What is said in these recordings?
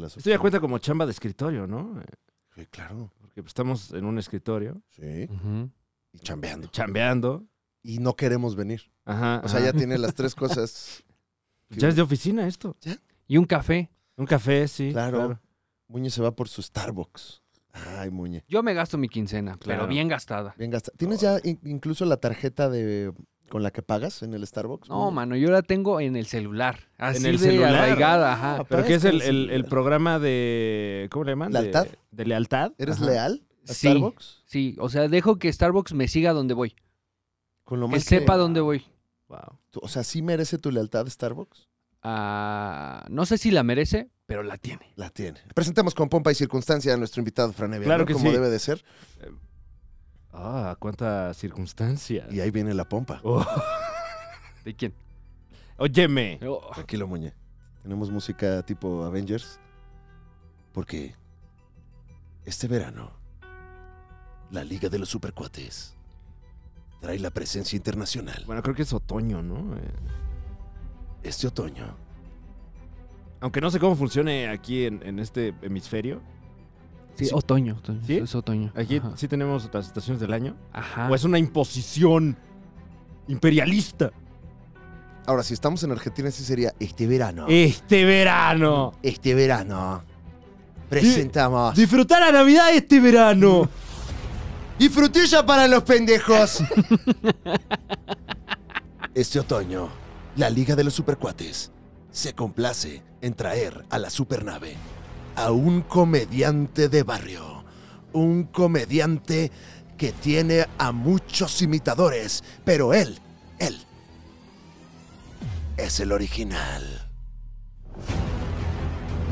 las Esto ya cuenta como chamba de escritorio, ¿no? Eh, Sí, claro. Porque pues, estamos en un escritorio, Sí. Ujú. Y chambeando. chambeando. Y no queremos venir. Ajá. O sea, ajá. ya tiene las tres cosas. Ya es de oficina esto. Y un café. Un café, sí. Claro. Muñe se va por su Starbucks. Ay, Muñe. Yo me gasto mi quincena, Claro. pero bien gastada. Bien gastado. ¿Tienes ya in- incluso la tarjeta de con la que pagas en el Starbucks? No, Muñe? mano, yo la tengo en el celular. Así el de celular. arraigada, ajá. Ah, Pero que es el, Parece el- el sí. programa de. ¿Cómo le llaman? De- ¿Lealtad? De, lealtad. ¿Eres Ajá. leal a Sí. Starbucks? Sí, o sea, dejo que Starbucks me siga donde voy. Con lo Que más que- sepa dónde voy. Wow. tú- O sea, ¿sí merece tu lealtad Starbucks? Ah, no sé si la merece, pero la tiene. La tiene. Presentemos con pompa y circunstancia a nuestro invitado, Fran Evia, Claro ¿no? que Como sí. debe de ser. Ah, cuántas circunstancias. Y ahí viene la pompa. Oh, ¿De quién? óyeme. Oh, Tranquilo, Muñe. Tenemos música tipo Avengers. Porque este verano, la Liga de los Supercuates trae la presencia internacional. Bueno, creo que es otoño, ¿no? Eh, Este otoño, aunque no sé cómo funcione aquí en, en este hemisferio. sí, Sí. otoño. otoño, ¿Sí? Es otoño. Aquí Ajá. Ah. sí tenemos las estaciones del año. Ajá. O Pues, es una imposición imperialista. Ahora, si estamos en Argentina, sí sería este verano. Este verano. Este verano. Presentamos. Disfrutar la Navidad este verano. ¡Y frutilla para los pendejos! este otoño, la Liga de los Supercuates se complace en traer a la supernave a un comediante de barrio. Un comediante que tiene a muchos imitadores, pero él, él, es el original.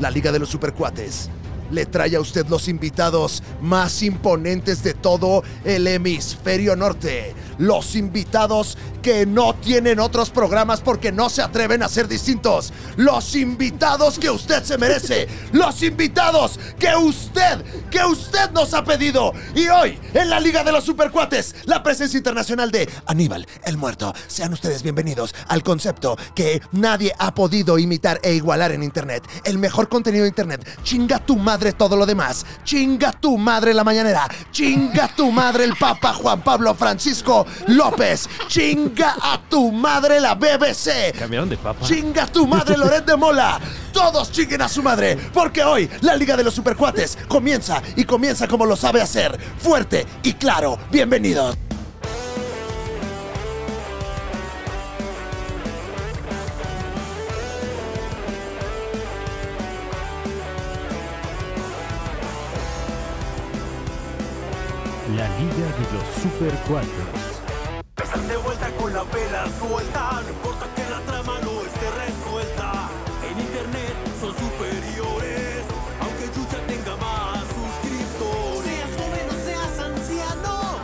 La Liga de los Supercuates le trae a usted los invitados más imponentes de todo el hemisferio norte. Los invitados que no tienen otros programas porque no se atreven a ser distintos. Los invitados que usted se merece. Los invitados que usted, que usted nos ha pedido. Y hoy, en la Liga de los Supercuates, la presencia internacional de Aníbal el Muerto. Sean ustedes bienvenidos al concepto que nadie ha podido imitar e igualar en Internet. El mejor contenido de Internet. Chinga tu madre todo lo demás. Chinga tu madre la mañanera. Chinga tu madre el Papa Juan Pablo Francisco López. Chinga a tu madre la BBC. Cambiaron de papa. Chinga tu madre, Loret de Mola. Todos chinguen a su madre, porque hoy la Liga de los Supercuates comienza y comienza como lo sabe hacer, fuerte y claro. Bienvenidos. La Liga de los Super Cuatros. Están de vuelta con la vela suelta, no importa que la trama no esté resuelta. En internet son superiores, aunque Yuya tenga más suscriptores. Seas joven o seas anciano,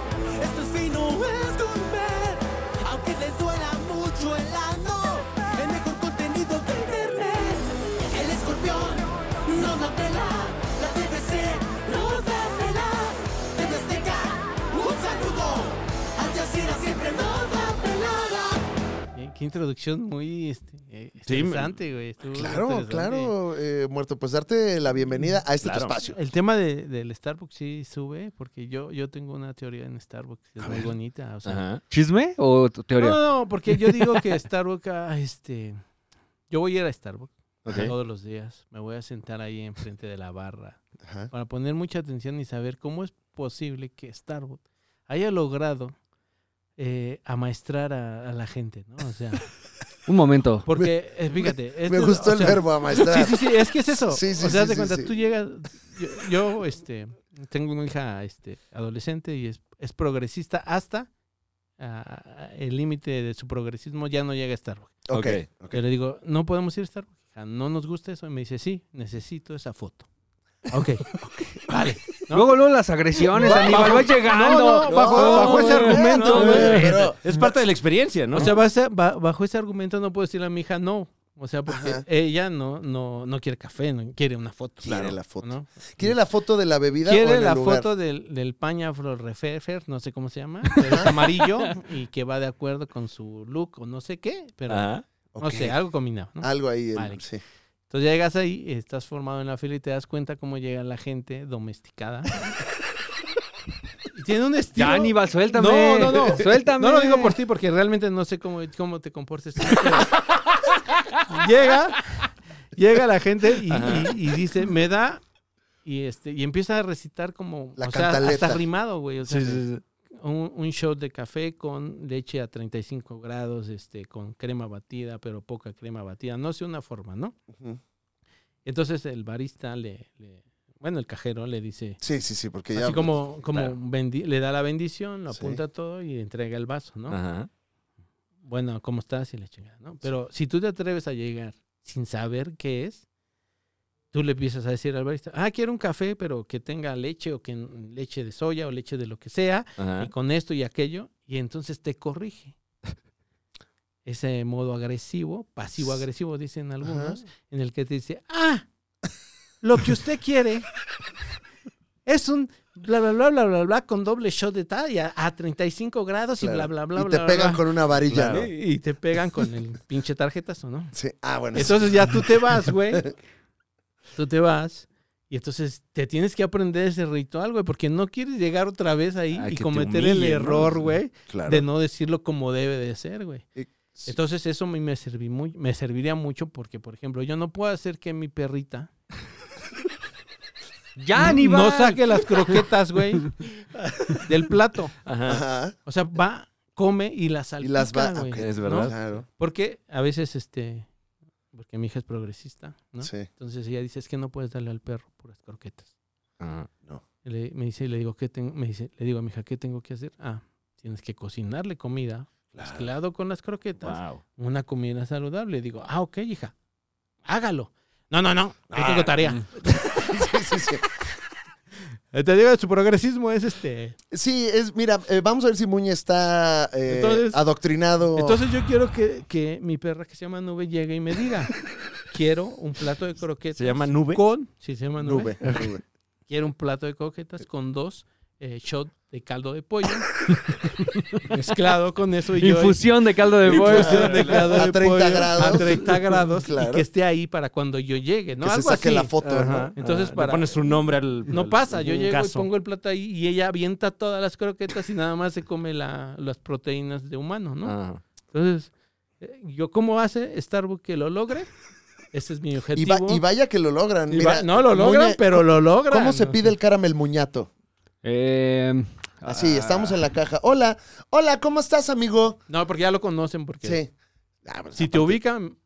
esto es fino, es comer. Aunque les duela mucho el ano, el mejor contenido de internet. El escorpión no la pela, la TVC no da pela. TV Azteca, un saludo, Al Jazeera siempre nos da pelada. Bien, qué introducción muy este, eh, Sí, me- interesante, güey. estuvo interesante. eh, muerto, pues darte la bienvenida a este Claro. espacio. El tema de- del Starbucks sí sube, porque yo, yo tengo una teoría en Starbucks, que es A muy ver. bonita. O sea, Ajá. ¿Chisme o tu no, teoría? no, no, porque yo digo que Starbucks, ah, este, yo voy a ir a Starbucks todos los días, me voy a sentar ahí enfrente de la barra, Ajá. para poner mucha atención y saber cómo es posible que Starbucks haya logrado eh, amaestrar a, a la gente, ¿no? O sea, Un momento. porque, eh, fíjate, Me esto- gustó o el sea, verbo amaestrar. Sí, sí, sí, es que es eso. Sí, sí, o sea, sí, de sí, cuenta, sí. tú llegas. Yo, yo, este, tengo una hija este, adolescente y es, es progresista hasta ah, el límite de su progresismo ya no llega a Starbucks. Ok, ok. Yo le digo, no podemos ir a Starbucks. hija, No nos gusta eso. Y me dice, sí, necesito esa foto. Ok, vale. ¿no? Luego, luego las agresiones, Va- Aníbal, bajo- va llegando. No, no, bajo- No, bajo ese güey, argumento, no, güey. pero- Es parte de la experiencia, ¿no? O sea, basa- ba- bajo ese argumento no puedo decirle a mi hija no. O sea, porque Ajá. ella no, no, no quiere café, no quiere una foto. Quiere claro, la foto. ¿no? ¿Quiere la foto de la bebida o Quiere en la el lugar? foto del, del pañafro referfer, no sé cómo se llama, pero es amarillo y que va de acuerdo con su look o no sé qué, pero Ajá. no sé, algo combinado. ¿no? Algo ahí. en- Vale. sí. Entonces llegas ahí, estás formado en la fila y te das cuenta cómo llega la gente domesticada. y tiene un estilo. Ya, Aníbal, suéltame. No, no, no. Suéltame. No lo digo por ti porque realmente no sé cómo, cómo te comportes. tú, pero- llega, llega la gente y, y- y dice, me da. Y, este, y empieza a recitar como. La o sea, cantaleta. hasta rimado, güey. O sea, Sí, sí, sí. un, un shot de café con leche a 35 grados, este, con crema batida, pero poca crema batida. No sé, una forma, ¿no? Entonces el barista le, le- Bueno, el cajero le dice. Sí, sí, sí, porque ya. pues, Así como, como claro. bendi- le da la bendición, lo Sí. Ah. apunta todo y entrega el vaso, ¿no? Ajá. Bueno, ¿cómo estás? Y la chingada, ¿no? Pero si tú te atreves a llegar sin saber qué es, tú le empiezas a decir al barista, ah, quiero un café, pero que tenga leche o que leche de soya o leche de lo que sea, Ajá. y con esto y aquello, y entonces te corrige. Ese modo agresivo, pasivo-agresivo, dicen algunos, en el que te dice, ah, lo que usted quiere es un bla, bla, bla, bla, bla, bla, con doble shot de tal, y a, a 35 grados y Claro. bla, bla, bla, y bla. te bla, pegan bla". con una varilla, Claro. ¿no? Y y te pegan con el pinche tarjetazo, ¿no? Sí. Ah, bueno. sí. Entonces ya tú te vas, güey. Tú te vas. Y entonces te tienes que aprender ese ritual, güey, porque no quieres llegar otra vez ahí A y que te cometer el humillen, ¿no? error, güey, claro. de no decirlo como debe de ser, güey. Y- sí. Entonces eso a mí me, serví muy, me serviría mucho porque, por ejemplo, yo no puedo hacer que mi perrita Ya, Aníbal. no saque las croquetas, güey, del plato. Ah. Ajá. Ajá. O sea, va, come y las Y salpica, las va. güey, ok, Es ¿no? verdad. Claro. Porque a veces, este, porque mi hija es progresista, ¿no? Sí. Entonces ella dice, es que no puedes darle al perro puras croquetas. Ajá. Y le- me dice, y le digo, ¿qué tengo? Me dice, le digo a mi hija, ¿qué tengo que hacer? Ah, tienes que cocinarle comida mezclado con las croquetas, Wow. una comida saludable. Digo, ah, ok, hija, hágalo. No, no, no, Ah. ahí tengo tarea. Sí, sí, sí. Te digo, su progresismo es este. Sí, es, mira, eh, vamos a ver si Muñe está eh, Entonces- adoctrinado. Oh. Entonces yo quiero que, que mi perra que se llama Nube llegue y me diga, quiero un plato de croquetas. ¿Se llama Nube? Con, sí, se llama Nube. nube, nube. Quiero un plato de croquetas con dos eh, shots de caldo de pollo mezclado con eso y yo Infusión de caldo de pollo. Infusión de caldo A de 30 pollo grados. A 30 grados. Claro. Y que esté ahí para cuando yo llegue, ¿no? que se Algo saque así. la foto, Ajá. ¿no? Entonces, Ah, le para- pones un nombre al. No al- pasa, yo un llego y caso. pongo el plato ahí y ella avienta todas las croquetas y nada más se come la- las proteínas de humano, ¿no? Ah. Ajá. Entonces, eh, yo cómo hace Starbucks que lo logre, ese es mi Y, objetivo. va- y vaya que lo logran. Y mira, va- no lo logran, Muñe, pero lo logran. ¿Cómo se pide el caramel muñato? Eh, Así, ah, estamos en la caja. Hola, hola, ¿cómo estás, amigo? No, porque ya lo conocen, porque Sí. Ah, pues, si te ubican,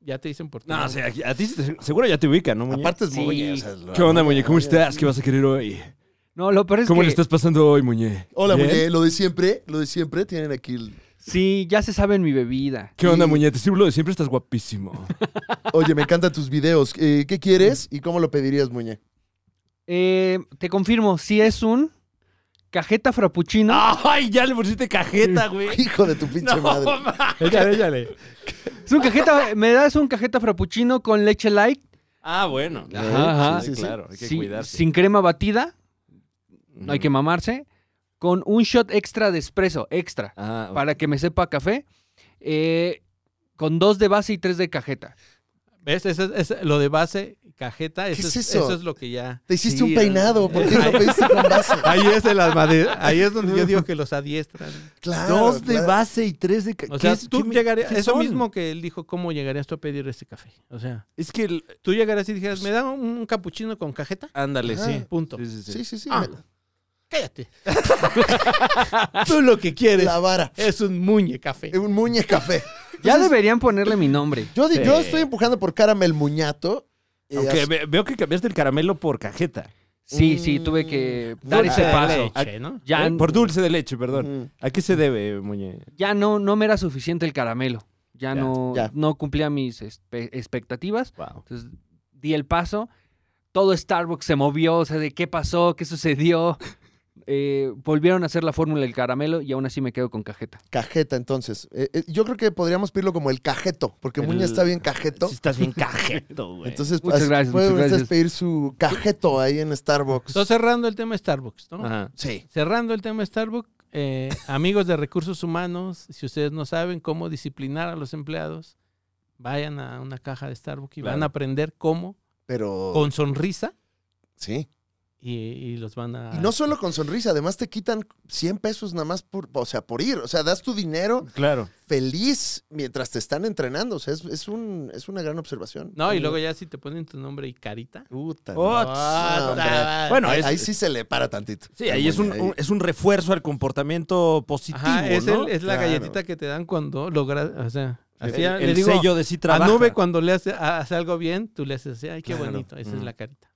ya te dicen por tu No, o nombre. sea, aquí- a ti se- seguro ya te ubican, ¿no, Muñe? Aparte es Sí. Muñe. o sea, es lo- ¿Qué onda, Muñe? ¿Cómo estás? ¿Qué vas a querer hoy? No, lo peor es ¿Cómo que le estás pasando hoy, Muñe? Hola, ¿Bien? Muñe, lo de siempre, lo de siempre, tienen aquí el- sí, ya se sabe en mi bebida. ¿Qué onda, Y- Muñe? Te sirvo lo de siempre, estás guapísimo. Oye, me encantan tus videos. Eh, ¿Qué quieres y cómo lo pedirías, Muñe? Eh, te confirmo, si es un cajeta frappuccino. ¡Ay, ya le pusiste cajeta, güey! Hijo de tu pinche madre. Échale, échale. Es un cajeta, me das un cajeta frappuccino con leche light. Ah, bueno. Ajá, sí, sí, sí. claro, hay que sin- cuidarse. sin crema batida, no hay Ujú. que mamarse. Con un shot extra de espresso, extra, Ah, para que me sepa a café. eh, con dos de base y tres de cajeta. ¿Ves? Eso es, es lo de base, cajeta, eso, es es, eso? eso es lo que ya. Te hiciste Sí, un peinado, ¿por qué no Ay. pediste con base? Ahí es, el almade- ahí es donde yo digo que los adiestran. Claro. Dos de claro. base y tres de cajeta. O sea, tú llegarías. Eso mismo que él dijo, ¿cómo llegarías tú a pedir este café? O sea, Es que. el- tú llegarías y dijeras, ¿me da un, un capuchino con cajeta? Ándale, Ajá. sí. Punto. Sí, sí, sí. Sí, sí, sí. Ah, me- cállate. tú lo que quieres La vara. es un muñe café. Un Muñe café. Ya Entonces, deberían ponerle mi nombre. Yo, di- Sí. yo estoy empujando por caramel muñato. eh, Aunque as- ve- veo que cambiaste el caramelo por cajeta. Sí, Mm, sí, tuve que dar dulce ese de paso. Leche, ¿no? Ya, Eh, Por dulce de leche, perdón. mm, Ujú. ¿A qué se debe, Muñe? ya no, no me era suficiente el caramelo. Ya, Ya, no, ya. no cumplía mis espe- expectativas. Wow. Entonces di el paso. Todo Starbucks se movió, o sea, de qué pasó, qué sucedió. Eh, volvieron a hacer la fórmula del caramelo y aún así me quedo con cajeta. Cajeta, entonces. Eh, eh, yo creo que podríamos pedirlo como el cajeto, porque El- Muñe está bien cajeto. Si estás bien cajeto, güey. Entonces, Muchas as- gracias, puede muchas ustedes gracias. pedir su cajeto ahí en Starbucks. Entonces, cerrando el tema Starbucks, ¿no? Ajá. sí. Cerrando el tema Starbucks, eh, amigos de recursos humanos, si ustedes no saben cómo disciplinar a los empleados, Vayan a una caja de Starbucks y van Claro. a aprender cómo, Pero. con sonrisa, Sí. y, y los van a... Y no solo con sonrisa, además te quitan 100 pesos nada más por, o sea, por ir. O sea, das tu dinero Claro. feliz mientras te están entrenando. O sea, es, es un, es una gran observación. No, y luego ya Oh, si te ponen tu nombre y carita. Puta, no, Ah, Ots. hombre. Bueno, ahí, es- ahí sí se le para tantito. Sí, ahí es un, Ahí- un- es un refuerzo al comportamiento positivo, Ajá, es, ¿no? el- es la Claro. galletita que te dan cuando logras, o sea, así el, le el digo, sello de sí a trabaja. Nube cuando le hace, a- hace algo bien, tú le haces así, ay, qué Claro. bonito, esa es Mm. la carita.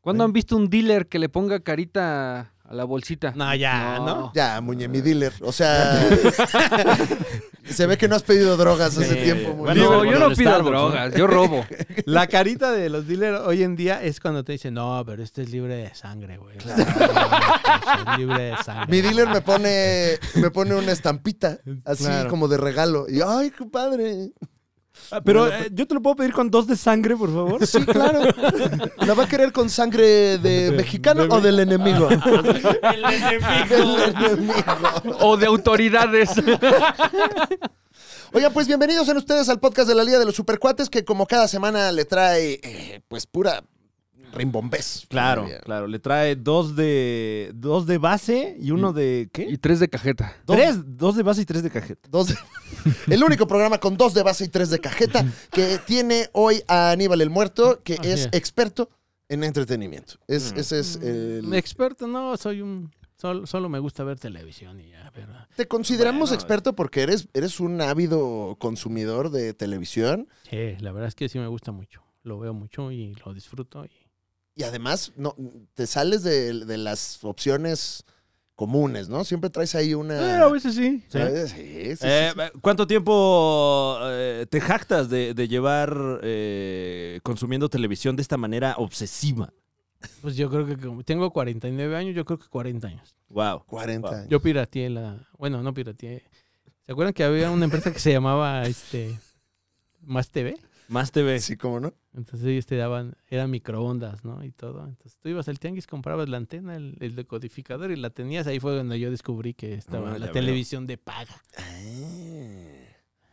¿Cuándo han visto un dealer que le ponga carita a la bolsita? No, ya, ¿no? Ya, Muñe, mi dealer. O sea. se ve que no has pedido drogas hace Sí. tiempo, Bueno, Muñe. No, Libre, yo bueno, no en pido Starbucks, ¿no? drogas, yo robo. La carita de los dealers hoy en día es cuando te dicen, no, pero este es libre de sangre, güey. Este es libre de sangre. Mi dealer me pone, me pone una estampita, así Claro. como de regalo. Y, ay, qué padre. Ah, Pero eh, yo te lo puedo pedir con dos de sangre, por favor. Sí, claro. ¿La va a querer con sangre de mexicano o del enemigo? El enemigo. Del enemigo. O de autoridades. Oigan, pues bienvenidos en ustedes al podcast de la Liga de los Supercuates, que como cada semana le trae, eh, pues, pura rimbombés. Claro, claro. Le trae dos de dos de base y uno de y ¿qué? tres de cajeta. Tres, dos de base y tres de cajeta. Dos de- El único programa con dos de base y tres de cajeta que tiene hoy a Aníbal el Muerto, que Así es es. experto en entretenimiento. Es, Mm. Ese es Un el... Experto, no, soy un... Solo, solo me gusta ver televisión y ya, pero... Te consideramos Bueno. experto porque eres, eres un ávido consumidor de televisión Sí, la verdad es que sí me gusta mucho. Lo veo mucho y lo disfruto. Y... y además no, te sales de, de las opciones comunes, ¿no? Siempre traes ahí una... veces sí. ¿sabes? Sí, sí, sí, Eh, sí. ¿Cuánto tiempo eh, te jactas de, de llevar eh, consumiendo televisión de esta manera obsesiva? Pues yo creo que como- tengo 49 años, yo creo que 40 años. Wow. 40 años. Yo pirateé la... Bueno, no pirateé. ¿Se acuerdan que había una empresa que se llamaba este Más TV? Más TV. Sí, cómo no. Entonces ellos te daban, eran microondas, ¿no? Y todo. Entonces tú ibas al tianguis, comprabas la antena, el, el decodificador y la tenías. Ahí fue donde yo descubrí que estaba Ah, ya la veo. televisión de paga. Ah.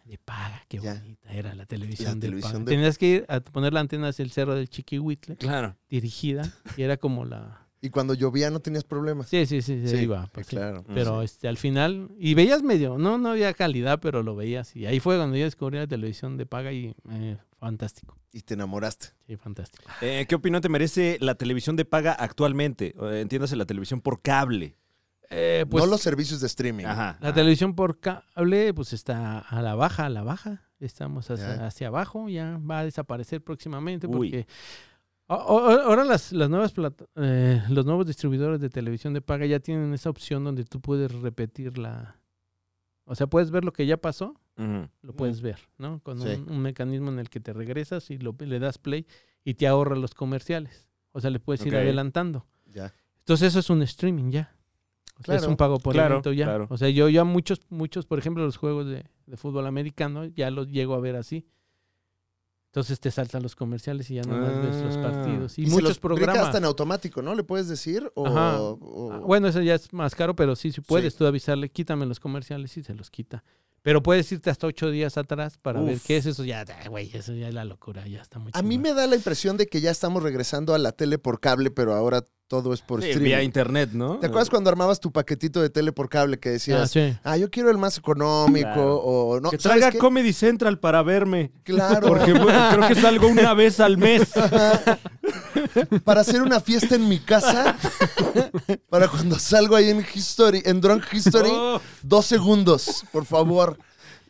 De paga, qué Ya. bonita era la televisión, de, televisión paga. de- Tenías que ir a poner la antena hacia el cerro del Chiquihuitle, Claro. dirigida, y era como la... Y cuando llovía no tenías problemas. Sí, sí, sí, se Sí, iba. pues, sí. Claro. Mm, Pero este, al final, y veías medio, no, no había calidad, pero lo veías. Y ahí fue cuando yo descubrí la televisión de paga y eh, fantástico. Y te enamoraste. Sí, fantástico. Eh, ¿Qué opinión te merece la televisión de paga actualmente? Eh, Entiéndase la televisión por cable. Eh, pues no los servicios de streaming. Ajá. la ajá. televisión por cable, pues está a la baja, a la baja. Estamos hacia, Ya. hacia abajo, ya va a desaparecer próximamente Uy. porque a- a- ahora las, las nuevas plata- eh, los nuevos distribuidores de televisión de paga ya tienen esa opción donde tú puedes repetir la... O sea, puedes ver lo que ya pasó Ujú. lo puedes ver, ¿no? Con Sí. un, un mecanismo en el que te regresas y lo- le das play y te ahorra los comerciales. O sea, le puedes ir Ok. adelantando. Ya. Entonces eso es un streaming ya. O sea, es Claro. un pago por Claro, evento ya. claro. O sea, yo ya muchos, muchos, por ejemplo, los juegos de, de fútbol americano ya los llego a ver así. Entonces te saltan los comerciales y ya no ves los Ah. partidos. Y, se muchos los publica programas. hasta en automático, ¿no? Le puedes decir o... Ajá. o- Ah, Bueno, eso ya es más caro, pero sí, si puedes tú avisarle, quítame los comerciales y se los quita. Pero puedes irte hasta ocho días atrás para ver Uf. qué es eso. Ya, ah, güey, eso ya es la locura, ya está muy a mí chingón. Ah, me da la impresión de que ya estamos regresando a la tele por cable, pero ahora todo es por Sí, streaming. vía internet, ¿no? ¿Te acuerdas cuando armabas tu paquetito de tele por cable que Ah, decías, ah, sí. yo quiero el más económico Claro. o no? que ¿sabes traiga qué? Comedy Central para verme. Claro, Porque bueno, creo que salgo una vez al mes. para hacer una fiesta en mi casa, para cuando salgo ahí en History, en Drunk History, Oh, Dos segundos, por favor.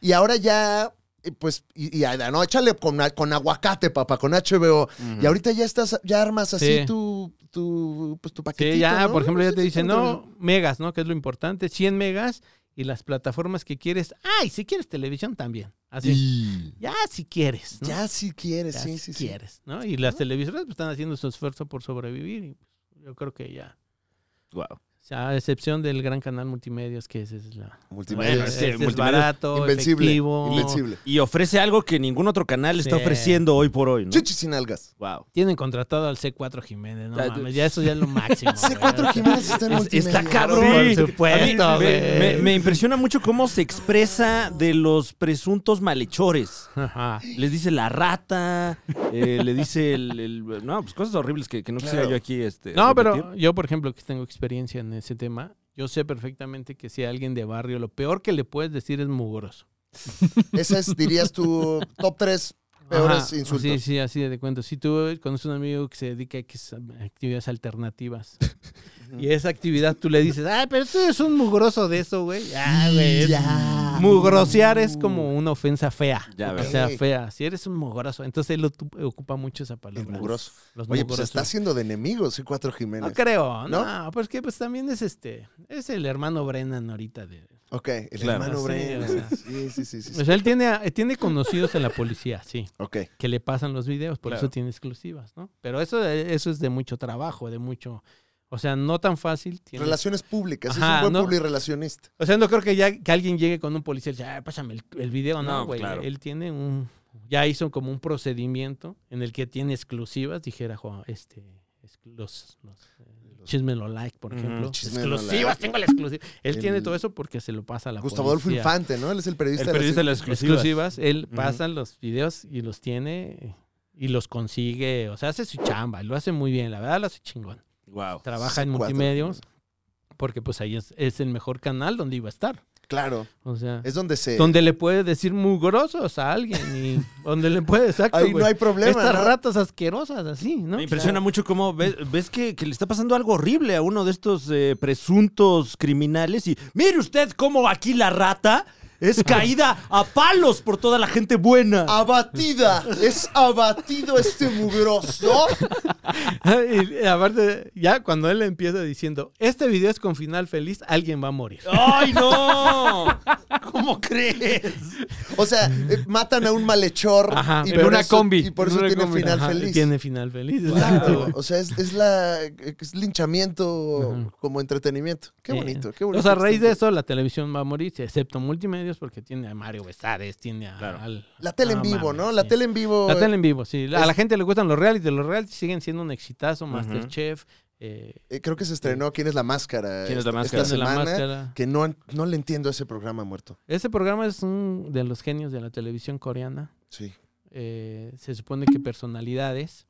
Y ahora ya, eh, pues, y, y a- no, échale con, a- con aguacate, papá, con HBO. Y ahorita ya estás, ya armas así Sí. tu, tu, pues, tu paquetito. Sí, ya, ¿no? por ejemplo, ya Sí, te dicen, está no, megas, ¿no? Que es lo importante, 100 megas y las plataformas que quieres. Ay, si quieres televisión también. Así. sí. Ya, si quieres. ¿no? Ya si quieres, Ya sí, sí, si sí. quieres, ¿no? Y las televisoras pues, están haciendo su esfuerzo por sobrevivir. Y, pues, yo creo que ya Guau. O sea, a excepción del gran canal multimedios, que ese es, la, Multimedia. Bueno, ese sí, este es multimedios barato, invencible. efectivo. Invencible. Y ofrece algo que ningún otro canal está Sí. ofreciendo hoy por hoy, ¿no? Chichis sin algas. Wow. Tienen contratado al C4 Jiménez, no Ya, mames, ya eso ya es lo máximo. güey. C4 Jiménez está en Es- multimedia. Está cabrón, Sí. por supuesto, A mí me, güey. me- me impresiona mucho cómo se expresa de los presuntos malhechores. Ajá. Les dice la rata, eh, le dice el, el- No, pues cosas horribles que, que no quisiera Claro. yo aquí. Este, No, repetir. pero yo, por ejemplo, que tengo experiencia en ese tema, yo sé perfectamente que si a alguien de barrio lo peor que le puedes decir es mugroso. Esa es, dirías, tu top 3 peores Ajá. insultos. Sí, sí, así de cuento. Si tú conoces a un amigo que se dedica a X actividades alternativas y esa actividad tú le dices, ah, pero tú eres un mugroso de eso, güey. Ah, güey. es- Ya. Mugrosear es como una ofensa fea. Ya o veo. sea, fea. Si eres un mugroso, entonces él ocu- ocupa mucho esa El palabra. mugroso. Los Oye, pues mugrosos. está haciendo de enemigos C4 Jiménez. No Ah, creo, ¿No? no, porque pues también es este, es el hermano Brennan ahorita de. Ok, el Claro. hermano Sí, Brennan. o sea. Pues, Sí, sí, sí, sí, O sí. sea, él tiene, a- tiene conocidos en la policía, sí, Ok. que le pasan los videos, por Claro. eso tiene exclusivas, ¿no? Pero eso, eh, eso es de mucho trabajo, de mucho, o sea, no tan fácil. tiene- Relaciones públicas. es Ajá, un buen ¿no? publirelacionista. O sea, no creo que ya que alguien llegue con un policía y diga, "Ah, pásame el, el video, No, no, güey. claro. Él tiene un, ya hizo como un procedimiento en el que tiene exclusivas, dijera Juan, este, es- los, los, eh, Chisme lo like, por Ujú. ejemplo. Chisme lo exclusivas, like. tengo la exclusiva. Él El- tiene todo eso porque se lo pasa a la Gustavo Adolfo policía. Infante, ¿no? Él es el periodista, El periodista de de las exclusivas. Él Ujú. pasa los videos y los tiene y los consigue. O sea, hace su chamba y lo hace muy bien. La verdad, lo hace chingón. Wow. Trabaja en Sí, cuatro. multimedios porque pues ahí es, es el mejor canal donde iba a estar. la... Claro. O sea, Es donde se... donde le puedes decir mugrosos a alguien y donde le puedes... Exacto, Ahí güey. no hay problema, Estas ¿no? ratas asquerosas así, ¿no? Me impresiona mucho cómo ves, ves que, que le está pasando algo horrible a uno de estos eh, presuntos criminales y mire usted cómo aquí la rata es caída a palos por toda la gente buena. Ah, Abatida. es abatido este mugroso. y aparte, ya cuando él empieza diciendo, este video es con final feliz, alguien va a morir. ¡Ay, no! ¿Cómo crees? O sea, eh, matan a un malhechor. Ajá, y en por una eso- combi, Y por en eso una tiene combi. final Ajá, feliz. Tiene final feliz. exacto, Claro, güey. o sea, es, es la es linchamiento Ajá. como entretenimiento. Qué Sí. bonito, qué bonito. O sea, a raíz de Está- este eso, la televisión va a morir, excepto multimedios, porque tiene a Mario Besares, tiene a. Claro. al- La tele en no vivo, mames, ¿no? La sí. tele en vivo. La tele en vivo, sí. La- A la Es- gente le gustan los reality, los reality siguen siendo un exitazo, Masterchef, eh, eh, creo que se estrenó ¿Quién es la máscara? Este, ¿Quién es la esta- máscara? Esta La semana, Máscara. que no, no le entiendo a ese programa muerto. Ese programa es un de los genios de la televisión coreana. Sí. eh, se supone que personalidades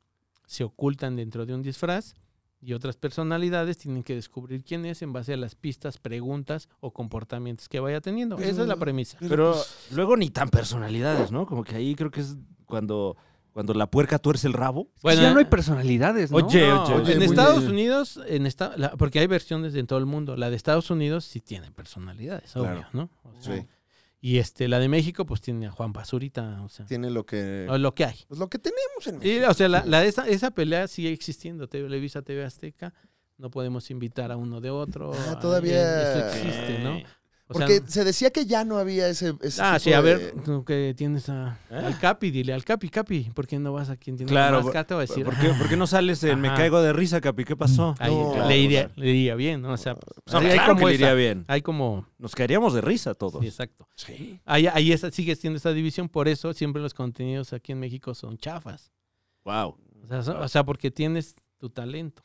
se ocultan dentro de un disfraz y otras personalidades tienen que descubrir quién es en base a las pistas, preguntas o comportamientos que vaya teniendo. Esa es la premisa. Pero luego ni tan personalidades, ¿no? Como que ahí creo que es cuando, cuando la puerca tuerce el rabo. Bueno, ya no hay personalidades, ¿no? Oye, eh, No, oye, en muy Estados bien. Unidos, en esta, la- porque hay versiones en todo el mundo, la de Estados Unidos sí tiene personalidades, obvio, Claro. ¿no? O sea, Sí. Y este, la de México, pues tiene a Juan Pazurita, o sea, Tiene lo que. o lo que hay. Pues lo que tenemos en Y, México. o sea, la, la- esa, esa pelea sigue existiendo. Televisa, TV Azteca. No podemos invitar a uno de otro. Ah, a- todavía. Eso existe, ¿no? O Porque sea, se decía que ya no había ese. ese ah, tipo sí, a de- ver, tú que tienes a, al Capi, dile al Capi, Capi, ¿por qué no vas a quien tiene Ah. Claro, la máscara? Te va a decir, ¿Por qué, por qué no sales en Me Ajá. caigo de risa, Capi? ¿Qué pasó? "Ah, ahí, No, le, iría, claro. le iría bien, ¿no? O sea, No, hay- hay claro pues, ah. que como le iría esa- bien. Hay como... Nos caeríamos de risa todos. sí, exacto. Ahí, ahí esa, sigue siendo esa división, por eso siempre los contenidos aquí en México son chafas. Wow. O sea, son- o sea, porque tienes tu talento.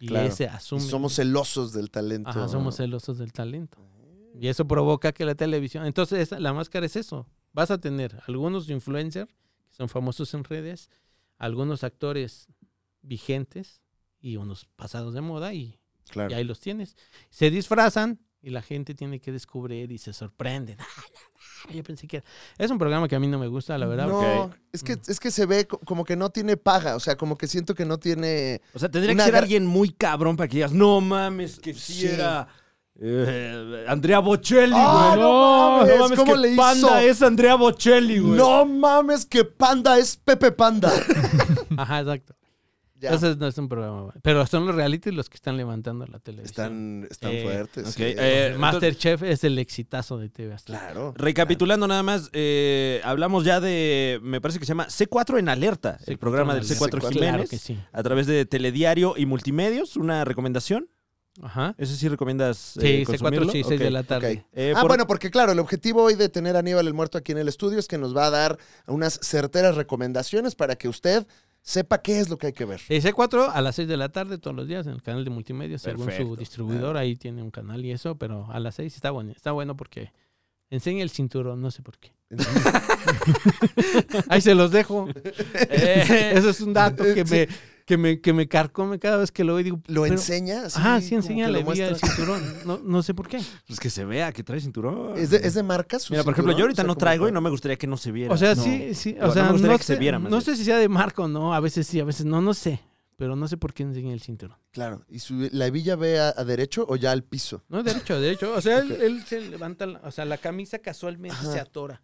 Y Claro. ese Y asume. somos celosos del talento. Ajá, somos celosos del talento. Y eso provoca que la televisión. Entonces, esa- la máscara es eso. Vas a tener algunos influencers que son famosos en redes, algunos actores vigentes y unos pasados de moda, y, y Claro. ahí los tienes. Se disfrazan y la gente tiene que descubrir y se sorprenden. Ah, la madre, Yo pensé que era. Es un programa que a mí no me gusta, la verdad. No, Ok. es, Mm. que, es que se ve co- como que no tiene paga. O sea, como que siento que no tiene. O sea, tendría Una que ser gra- alguien muy cabrón para que digas, no mames, que si Sí. era eh, Andrea Bocelli, güey. ¡Ah, no mames! ¿Cómo que le hizo? Panda es Andrea Bocelli, güey. No mames, que Panda es Pepe Panda. Ajá, exacto. Ya. Entonces no es un programa. bueno. Pero son los realities los que están levantando la televisión. Están, están Eh, fuertes. Ok, sí. eh, entonces, Masterchef es el exitazo de TV Azteca. claro. recapitulando nada más, eh, hablamos ya de, me parece que se llama C4 en Alerta, el C4 programa en del C4 Alerta. Jiménez, Claro que sí. a través de Telediario y Multimedios, una recomendación. Ajá. Eso sí recomiendas Sí, eh, c 4 consumirlo. y 6 Ok. de la tarde. Ok. Eh, ah, por- bueno, porque claro, el objetivo hoy de tener a Aníbal el Muerto aquí en el estudio es que nos va a dar unas certeras recomendaciones para que usted sepa qué es lo que hay que ver. Eh, C4 a las 6 de la tarde todos los días en el canal de multimedia, según Perfecto. su distribuidor, ahí tiene un canal y eso, pero a las 6 está bueno, está bueno porque enseña el cinturón, no sé por qué. Ahí se los dejo. Eh, eso es un dato que me, que me, que me carcome cada vez que lo veo. y Digo, ¿Lo pero- enseña? así Ah, como que sí, enseña lo la vía del muestra? cinturón. No, no sé por qué. Pues que se vea que trae cinturón. ¿Es de, ¿Es de marca su Mira, por ejemplo, cinturón? yo ahorita O sea, no como traigo que- y no me gustaría que no se viera. O sea, No. sí, sí. Bueno, O sea, no me gustaría no, que sé, se viera, más no bien. sé si sea de marco, ¿no? A veces sí, a veces no, no sé. Pero no sé por qué enseña el cinturón. Claro. ¿Y su- la hebilla ve a, a derecho o ya al piso? No, derecho, derecho. O sea, él, Ok. él se levanta, la- o sea, la camisa casualmente Ajá. se atora.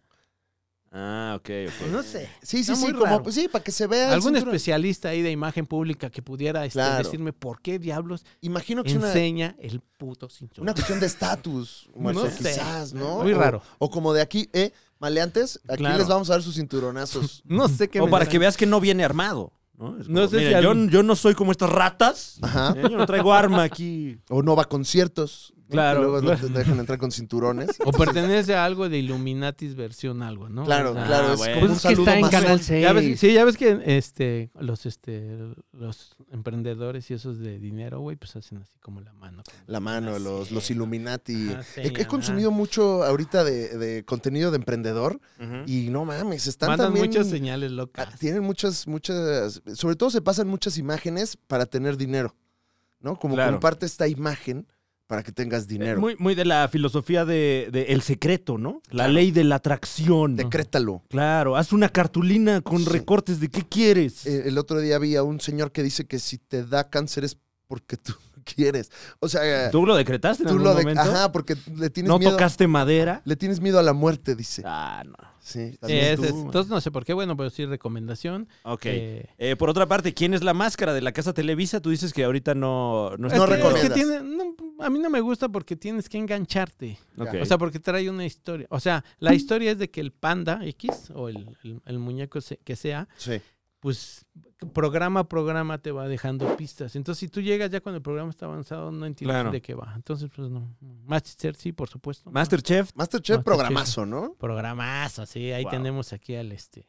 Ah, ok, ok. No sé. Sí, sí, Está sí, muy como, pues raro. sí, para que se vea. el Algún cinturón. especialista ahí de imagen pública que pudiera este, Claro. decirme por qué diablos Imagino que es una, enseña el puto cinturón. una cuestión de estatus, muerto, No sé. quizás, ¿no? Muy O- raro. O como de aquí, eh, maleantes, aquí Claro. les vamos a dar sus cinturonazos. No sé qué O para mensaje. que veas que no viene armado. No, Es No como, sé si "Miren, yo, algún- yo no soy como estas ratas. Ajá. ¿eh? Yo no traigo arma aquí. O no va a conciertos. ¿no? Claro, Que luego no claro. te dejan entrar con cinturones. O pertenece a algo de Illuminatis versión algo, ¿no? Claro, Ah, claro, es bueno. como Pues un es que está saludo en más. Canal Ya ves, 6. sí, ya ves que este, los, este, los emprendedores y esos de dinero, güey, pues hacen así como la mano. Ah, La mano, los, los Sí. Illuminati. Ajá, sí, he, he ajá. consumido mucho ahorita de, de contenido de emprendedor y no mames, están Mandan también... muchas señales Ah, locas. tienen muchas, muchas, sobre todo se pasan muchas imágenes para tener dinero, ¿no? Como Claro. comparte esta imagen para que tengas dinero. Muy, muy de la filosofía de, de el secreto, ¿no? La ley de la atracción. Decrétalo. Claro, haz una cartulina con Sí. recortes de qué quieres. Eh, El otro día vi a un señor que dice que si te da cáncer es porque tú quieres. O sea, tú, ¿Tú lo decretaste en algún lo de... momento? Ajá, porque le tienes ¿No miedo... tocaste madera? Le tienes miedo a la muerte, dice. Ah, no. Sí, Sí, también ese tú. es- entonces no sé por qué, bueno, pero sí recomendación. Ok. Eh, Eh, por otra parte, ¿quién es la máscara de la casa Televisa? Tú dices que ahorita no... No, es está- No que- es Este, que recomiendas. tiene- no, a mí no me gusta porque tienes que engancharte. Ok. O sea, porque trae una historia. O sea, la historia es de que el panda X o el, el- el muñeco se- que sea, Sí. pues programa a programa te va dejando pistas. Entonces, si tú llegas ya cuando el programa está avanzado, no entiendes Claro. de qué va. Entonces, pues no. Master sí, por supuesto. Masterchef. Masterchef Masterchef. programazo, ¿no? Programazo, sí. Ahí Wow. tenemos aquí al este.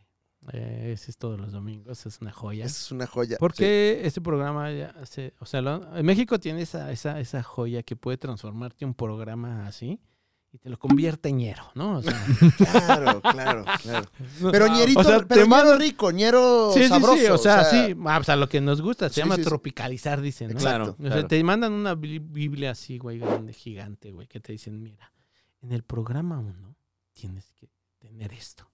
eh, ese es todos los domingos, es una joya. Esa es una joya. Porque este programa ya se, o sea, lo- en México tiene esa, esa, esa joya que puede transformarte un programa así y te lo convierte en ñero, ¿no? O sea, Sí, Claro, claro, claro. Pero ñerito, Ah, o sea, pero te ñero mandan- rico, ñero sí, sí, sabroso. sí, o sea, sí, ah, o sea, lo que nos gusta, se Sí, llama sí, sí. tropicalizar, dicen, ¿no? Exacto. O sea, te mandan una bi- Biblia así, güey, grande, gigante, güey, que te dicen, mira, en el programa uno tienes que tener esto.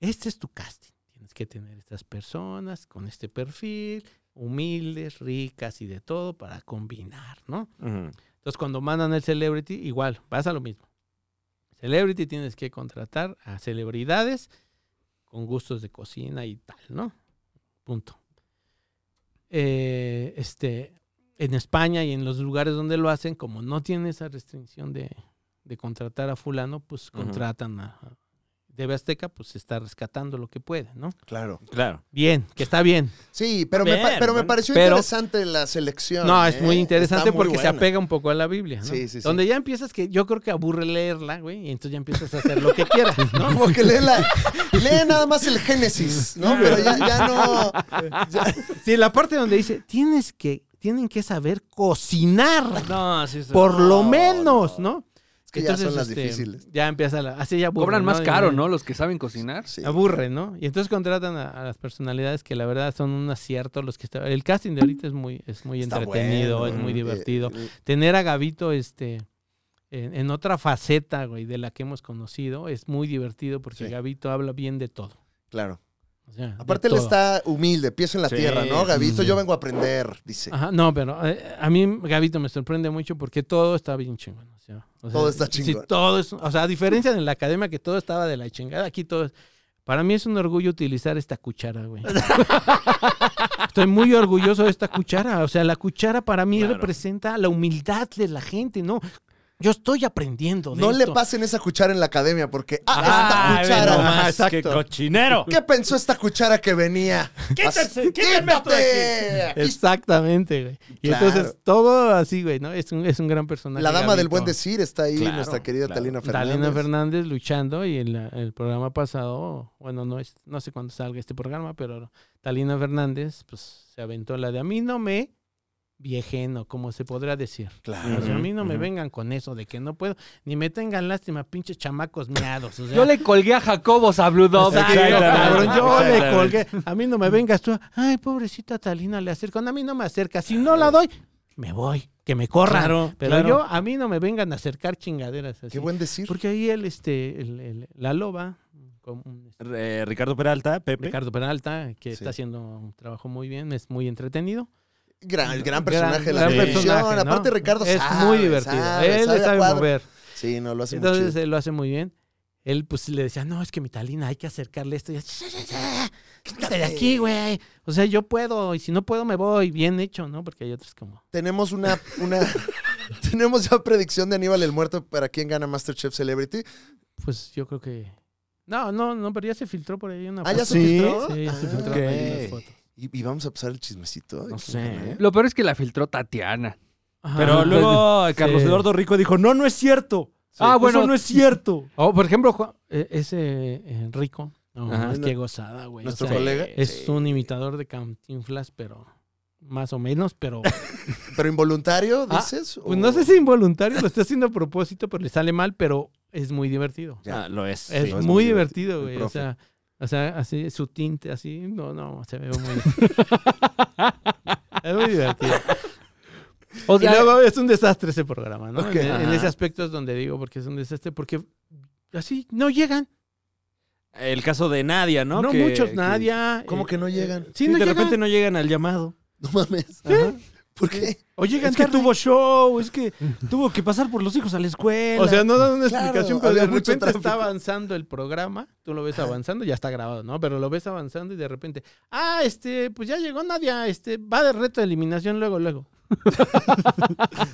Este es tu casting. Tienes que tener estas personas con este perfil, humildes, ricas y de todo para combinar, ¿no? Ujú. Entonces, cuando mandan el celebrity, igual, pasa lo mismo. Celebrity tienes que contratar a celebridades con gustos de cocina y tal, ¿no? Punto. Eh, este, en España y en los lugares donde lo hacen, como no tiene esa restricción de, de contratar a fulano, pues Ujú. contratan a... a- Debe Azteca, pues está rescatando lo que puede, ¿no? Claro. Claro. Bien, que está bien. Sí, pero, me, ver, pa- pero me bueno. pareció Pero- interesante la selección. No, es ¿eh? muy interesante Está muy porque se buena. apega un poco a la Biblia. ¿no? Sí, sí, sí. Donde ya empiezas que yo creo que aburre leerla, güey, y entonces ya empiezas a hacer lo que quieras, ¿no? Como que lee, la- lee nada más el Génesis, ¿no? Pero ya, ya no. Sí, la parte donde dice, tienes que, tienen que saber cocinar, No, sí, sí. por lo no, menos, ¿no? Es que ya son las este, difíciles. Ya empieza la, así ya aburre, Cobran más Y- caro, ¿no? Los que saben cocinar. Sí. Aburre, ¿no? Y entonces contratan a, a las personalidades que la verdad son un acierto los que está- El casting de ahorita es muy, es muy Está entretenido, bueno. es muy Eh, divertido. eh, tener a Gabito este, en, en otra faceta, güey, de la que hemos conocido, es muy divertido porque Sí. Gabito habla bien de todo. claro. O sea, de Aparte, él todo. está humilde, pies en la Sí, tierra, ¿no? sí, Gabito, sí. yo vengo a aprender, dice. Ajá, no, pero eh, a mí Gabito me sorprende mucho porque todo está bien chingón. O sea, o sea, Todo está sí, chingón. todo es, o sea, a diferencia de en la academia que todo estaba de la chingada, aquí todo es- Para mí es un orgullo utilizar esta cuchara, güey. Estoy muy orgulloso de esta cuchara. O sea, la cuchara para mí Claro. representa la humildad de la gente, ¿no? Yo estoy aprendiendo de No le esto. pasen esa cuchara en la academia porque... ¡Ah, Ay, esta ve cuchara! nomás, Exacto. ¡Qué cochinero! ¿Qué pensó esta cuchara que venía? Quítense, Así- quítenme esto de ¡Quítate! Exactamente, güey. Y Claro. entonces todo así, güey, ¿no? Es un, es un gran personaje. La dama del Gabito. buen decir está ahí, Claro, nuestra querida claro. Talina Fernández. Dalina Fernández luchando y en la- el programa pasado, bueno, no es, no sé cuándo salga este programa, pero Talina Fernández, pues se aventó la de a mí no me viejen o como se podrá decir. Claro. O sea, a mí no me ujú. vengan con eso de que no puedo, ni me tengan lástima, pinches chamacos miados. o sea, Yo le colgué a Jacobo Sabludov. Exacto, Exactamente. cabrón, yo le Exactamente. colgué. A mí no me vengas tú. Ay, pobrecita Talina, le acercan. A mí no me acerca. Si no la doy, me voy. Que me corran. Claro, Pero claro. yo, a mí no me vengan a acercar chingaderas así. Qué buen decir. Porque ahí el, este, el- el- la loba, con un- este, Eh, Ricardo Peralta, Pepe. Ricardo Peralta, que Sí. está haciendo un trabajo muy bien, es muy entretenido. Gran, gran personaje de la gran televisión. personaje, ¿no? Aparte, Ricardo Es sabe, muy divertido. sabe, Él sabe le a sabe cuadro. mover. Sí, no, lo hace muy Entonces chido. él lo hace muy bien. Él pues le decía, no, es que mi talina hay que acercarle esto. Y Quítate de aquí, güey. O sea, yo puedo, y si no puedo me voy. Bien hecho, ¿no? Porque hay otros como. Tenemos una... una... Tenemos ya predicción de Aníbal el Muerto para quién gana Masterchef Celebrity. Pues yo creo que. No, no, no, pero ya se filtró por ahí una Ah, ya se Sí, filtró. Sí, ya se Ah, filtró ok. por ahí unas fotos. ¿Y, y vamos a pasar el chismecito. de No quién sé. gana, ¿eh? Lo peor es que la filtró Tatiana. Ajá. Pero luego eh, Carlos Sí. Eduardo Rico dijo, no, no es cierto. Ah, Ah, bueno. bueno. Eso no es cierto. O, por ejemplo, Ju- eh, ese eh, rico. No, Ajá. es que gozada, güey. O Nuestro sea, colega. Es un imitador de Cantinflas, pero. Más o menos, pero. ¿Pero involuntario, Ah, dices? Pues ¿O- no sé si involuntario, lo está haciendo a propósito, pero le sale mal, pero es muy divertido. Ya. Ah, lo es. es sí, muy, es muy divertido, divertido, el güey. O profe. sea, o sea, así, su tinte, así, no, no, se ve muy... es muy divertido. O Y sea, luego es un desastre ese programa, ¿no? Ok. En- en, Ajá. ese aspecto es donde digo, porque es un desastre, porque así no llegan. El caso de Nadia, ¿no? No, Que- muchos, que- nadie. eh, ¿Cómo que no llegan? Sí, no de llegan. repente no llegan al llamado. No mames. Ajá. ¿Por qué? O llegan Es que tarde. tuvo show, es que tuvo que pasar por los hijos a la escuela. O sea, no dan una Claro, explicación, pero de había mucho repente está tráfico. avanzando el programa. Tú lo ves avanzando, ya está grabado, ¿no? Pero lo ves avanzando y de repente, ah, este, pues ya llegó Nadia, este, va de reto de eliminación luego, luego. o sea,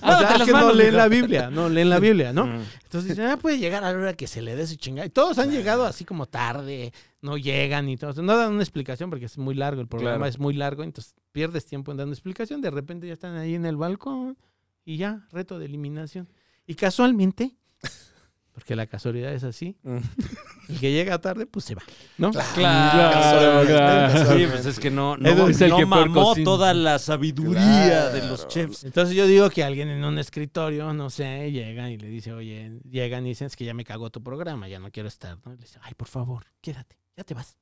Lávate es las que no manos, leen mijo. la Biblia, no leen la Biblia, ¿no? Mm. Entonces dicen, ah, puede llegar a la hora que se le dé su chingada. Y todos han llegado así como tarde, no llegan y todo. O sea, no dan una explicación porque es muy largo, el programa Claro. es muy largo, entonces pierdes tiempo en dando explicación. De repente ya están ahí en el balcón y ya, reto de eliminación. Y casualmente, porque la casualidad es así, Mm. el que llega tarde, pues se va, ¿no? Claro, Casualmente, claro. Sí, casualmente. pues es que no, Edu no, es el no que peor mamó cocina. toda la sabiduría Claro. de los chefs. Entonces yo digo que alguien en un escritorio, no sé, llegan y le dice, oye, llegan y dicen, es que ya me cagó tu programa, ya no quiero estar, ¿no? Y le dice, ay, por favor, quédate, ya te vas.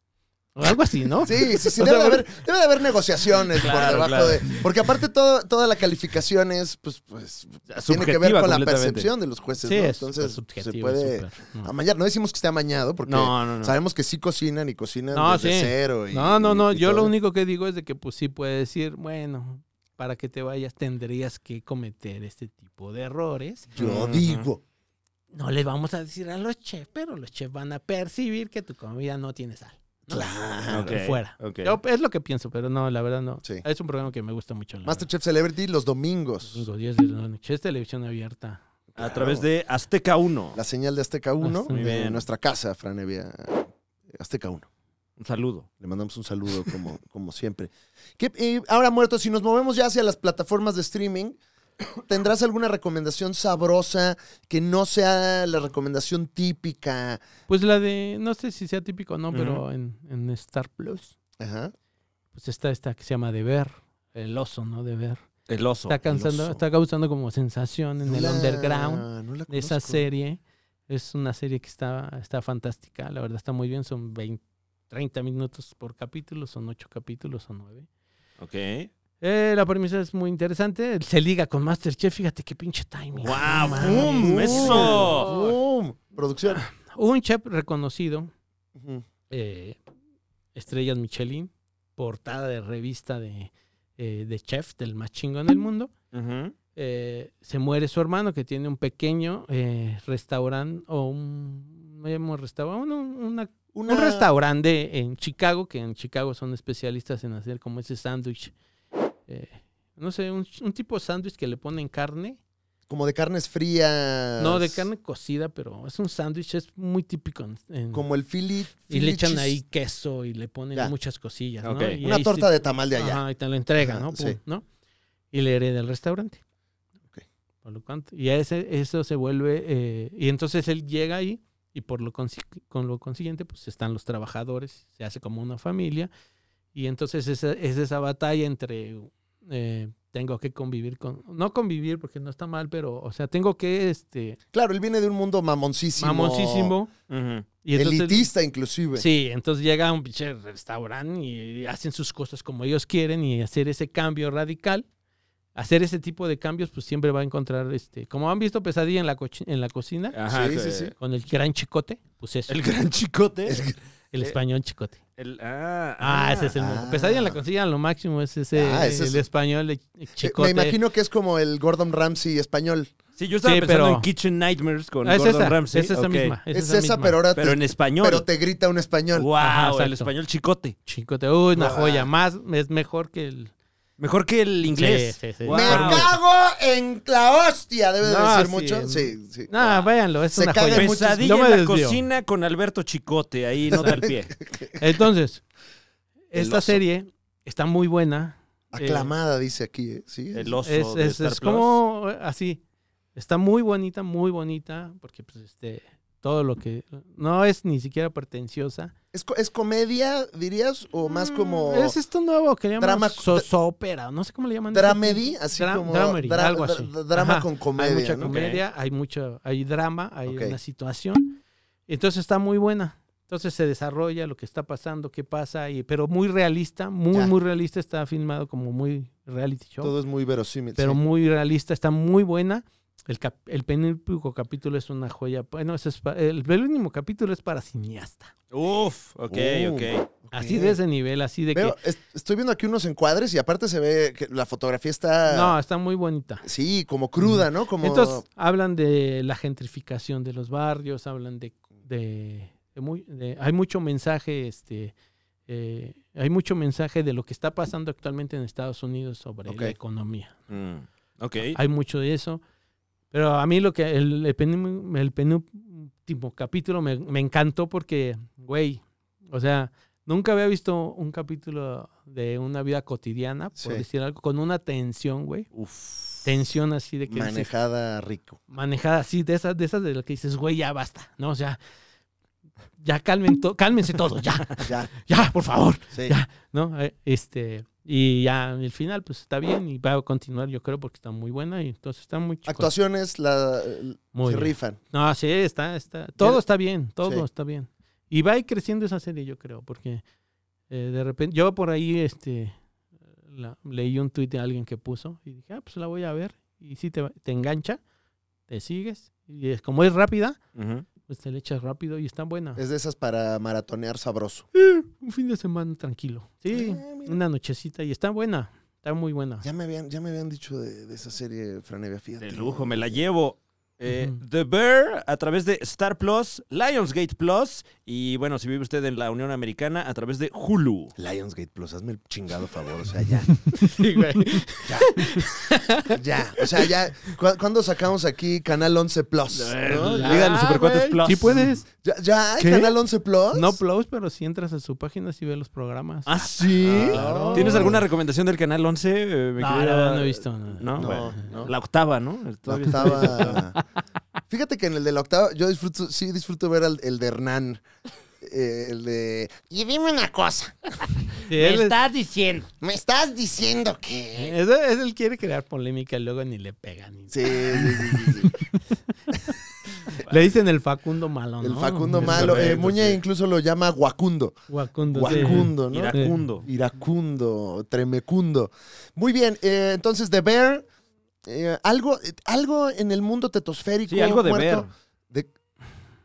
O algo así, ¿no? Sí, sí, sí, O debe, sea, de haber, debe de haber negociaciones por Claro, debajo claro. de... Porque aparte todo, toda la calificación es, pues, pues tiene que ver Subjetiva con la completamente. percepción de los jueces, Sí, ¿no? es Entonces pues, subjetivo, se puede súper, no. amañar. No decimos que esté amañado porque No, no, no. sabemos que sí cocinan y cocinan No, desde sí. cero. y- No, no, y- no, y yo todo. lo único que digo es de que pues sí puede decir, bueno, para que te vayas tendrías que cometer este tipo de errores. Yo Ujú. digo. No les vamos a decir a los chefs, pero los chefs van a percibir que tu comida no tiene sal. ¿no? Claro. Ok, Fuera. ok. Yo- es lo que pienso, pero no, la verdad no. Sí. Es un programa que me gusta mucho. la verdad. Masterchef Celebrity los domingos. Domingo, 10 de la noche. Es televisión abierta. A través de Azteca 1. La señal de Azteca Eh, 1 Ah, Muy de bien. nuestra casa, Franevia. Azteca 1. Un saludo. Le mandamos un saludo como, como siempre. ¿Qué- eh, ahora, muerto, si nos movemos ya hacia las plataformas de streaming, ¿tendrás alguna recomendación sabrosa que no sea la recomendación típica? Pues la de, no sé si sea típico o no, Ujú. pero en, en Star Plus, Ajá. pues está esta que se llama Deber, el oso, ¿no? Deber. El oso. Está, cansando, oso. está causando como sensación en No el la- underground no la de esa conozco. serie. Es una serie que está, está fantástica, la verdad está muy bien, son 20, 30 minutos por capítulo, son 8 capítulos o 9. Ok. Eh, la premisa es muy interesante, se liga con Masterchef, fíjate qué pinche timing. ¡Guau! No ¡Bum! mames. ¡Eso! ¡Bum! Producción. Ah, Un chef reconocido Ujú. eh, estrellas Michelin, portada de revista de, eh, de chef del más chingón del mundo. Ujú. Eh, se muere su hermano que tiene un pequeño eh, restaurante o un, no llamamos restaurante, un, una- Una- un restaurante en Chicago, que en Chicago son especialistas en hacer como ese sándwich. eh, no sé, un, un tipo de sándwich que le ponen carne Como de carnes frías. No, de carne cocida, pero es un sándwich, es muy típico. en- en- Como el y Philly. le Philly echan cheese- ahí queso y le ponen Ya. muchas cosillas. ¿no? Ok. Y Una ahí torta sí- de tamal de allá. Ajá, y te lo entregan, Ajá, ¿no? Pum, sí. ¿no? Y le hereda el restaurante. Ok. Por lo cuanto- y a ese, eso se vuelve. eh, y entonces él llega ahí y por lo, consi- con lo consiguiente, pues están los trabajadores, se hace como una familia. Y entonces esa- es esa batalla entre. eh, tengo que convivir con. No convivir porque no está mal, pero, o sea, tengo que. este Claro, él viene de un mundo mamoncísimo. Mamoncísimo. Y entonces- elitista, inclusive. Eh, Sí, entonces llega a un pinche restaurante y hacen sus cosas como ellos quieren y hacer ese cambio radical. Hacer ese tipo de cambios, pues siempre va a encontrar, este, como han visto pesadilla en la, cochi- en la cocina, Ajá, Sí, sí, eh, sí. con el gran chicote, pues eso, El el, gran chicote. eh. español chicote. El- ah, Ah, ese es el ah. Pesadilla en la cocina, lo máximo es ese, Ah, ese es- el español de Eh, chicote. Ah, Me imagino que es como el Gordon Ramsay español. Sí, yo estaba Sí, pensando pero- en Kitchen Nightmares con Ah, es Gordon esa, Ramsay. es esa Ok. misma. Es, Es, esa, esa, misma. pero ahora Pero te, en español. pero te grita un español. Wow, Ajá, el exacto. español chicote. Chicote, uy, una Guau. joya más, es mejor que el... Mejor que el inglés. Sí, sí, sí. Guau. ¡Me cago en la hostia! Debe de No, decir sí, mucho. en- Sí, sí. No, véanlo, es Ah. Se una caga joya. en muchos- Pesadilla Yo en me la desvío. cocina con Alberto Chicote, ahí nota el pie. Entonces, El esta oso. serie está muy buena. Eh, Aclamada, dice aquí. ¿eh? Sí. El oso Es, de es- Star es Plus. como eh, así. Está muy bonita, muy bonita, porque pues este todo lo que no es ni siquiera pretenciosa. ¿Es, co- es comedia, dirías? ¿O más como Mm, es esto nuevo que le llaman Drama- sosópera, no sé cómo le llaman. dramedy? Así Dra- como dramedy, dra- algo así. dra- drama Ajá, con hay comedia. mucha ¿no? comedia, hay mucho, hay drama, hay Ok. una situación. Entonces está muy buena. Entonces se desarrolla lo que está pasando, qué pasa, y, pero muy realista, muy, Ya. muy realista. Está filmado como muy reality show, Todo es muy verosímil. pero sí. muy realista, está muy buena. El, cap- el penúltimo capítulo es una joya. Bueno, ese es pa- el penúltimo capítulo es para cineasta. Uf, ok, Uh, ok. Así de ese nivel, así de Veo- que. es- estoy viendo aquí unos encuadres y aparte se ve que la fotografía está. No, está muy bonita. Sí, como cruda, ¿no? Como. Entonces, hablan de la gentrificación de los barrios, hablan de... de- de muy- de- hay mucho mensaje, este... eh, hay mucho mensaje de lo que está pasando actualmente en Estados Unidos sobre Ok. la economía. Mm, ok. Hay mucho de eso. Pero a mí lo que... El, el penú- el penúltimo capítulo me, me encantó porque, güey, o sea, nunca había visto un capítulo de una vida cotidiana, por Sí. decir algo, con una tensión, güey. Uf. Tensión así de que... dices, manejada rico. manejada así, de esas, de esas de las que dices, güey, ya basta, ¿no? O sea, ya calmen to- cálmense todos, ya, Ya, ya, por favor, sí. Ya. ¿no? Eh, Este, y ya el final, pues está bien y va a continuar, yo creo, porque está muy buena y entonces está muy chico. Actuaciones la, Muy se bien. rifan. No, sí, está, está, todo está bien, todo Sí. está bien. Y va a ir creciendo esa serie, yo creo, porque eh, de repente, yo por ahí, este, la- leí un tuit de alguien que puso y dije, ah, pues la voy a ver y si te, te engancha, te sigues y es como es rápida, Ujú. pues te le echas rápido y están buenas. Es de esas para maratonear sabroso. Un fin de semana tranquilo. Sí, Ah, mira. una nochecita y está buena. Está muy buena. Ya me habían, ya me habían dicho de, de esa serie, Franevia, fíjate. De lujo, me la llevo. Eh, Ujú. The Bear a través de Star Plus, Lionsgate Plus y bueno, si vive usted en la Unión Americana a través de Hulu. Lionsgate Plus, hazme el chingado favor, o sea, ya. ya, o sea, ya. ¿Cu- ¿Cuándo sacamos aquí Canal 11 Plus? Eh, ¿no? Ya, Liga de los Supercuates güey, Plus. Sí puedes. ¿Ya, ya hay ¿Qué? Canal 11 Plus? No plus, pero si entras a su página sí ves los programas. ¿Ah, sí? Claro. ¿Tienes alguna recomendación del Canal 11? eh, mi No, querida? la verdad no he visto nada. No, No, bueno, no. La octava, ¿no? La Todavía está- octava. Fíjate que en el de la octava, yo disfruto, sí disfruto ver al, el de Hernán. eh, el de. Y dime una cosa. Sí, él, es- diciendo. ¿Me estás diciendo que.? es- es- él quiere crear polémica y luego ni le pegan. ni- Sí, sí, sí, sí, sí. Le dicen el Facundo malo, El ¿no? Facundo Es Malo. eh, correcto, Muñe sí. incluso lo llama Guacundo. Facundo, sí. Guacundo, ¿no? Iracundo. Iracundo, tremecundo. Muy bien, eh, entonces The Bear, eh, algo, eh, algo en el mundo tetosférico. Sí, algo de muerto, ver. de-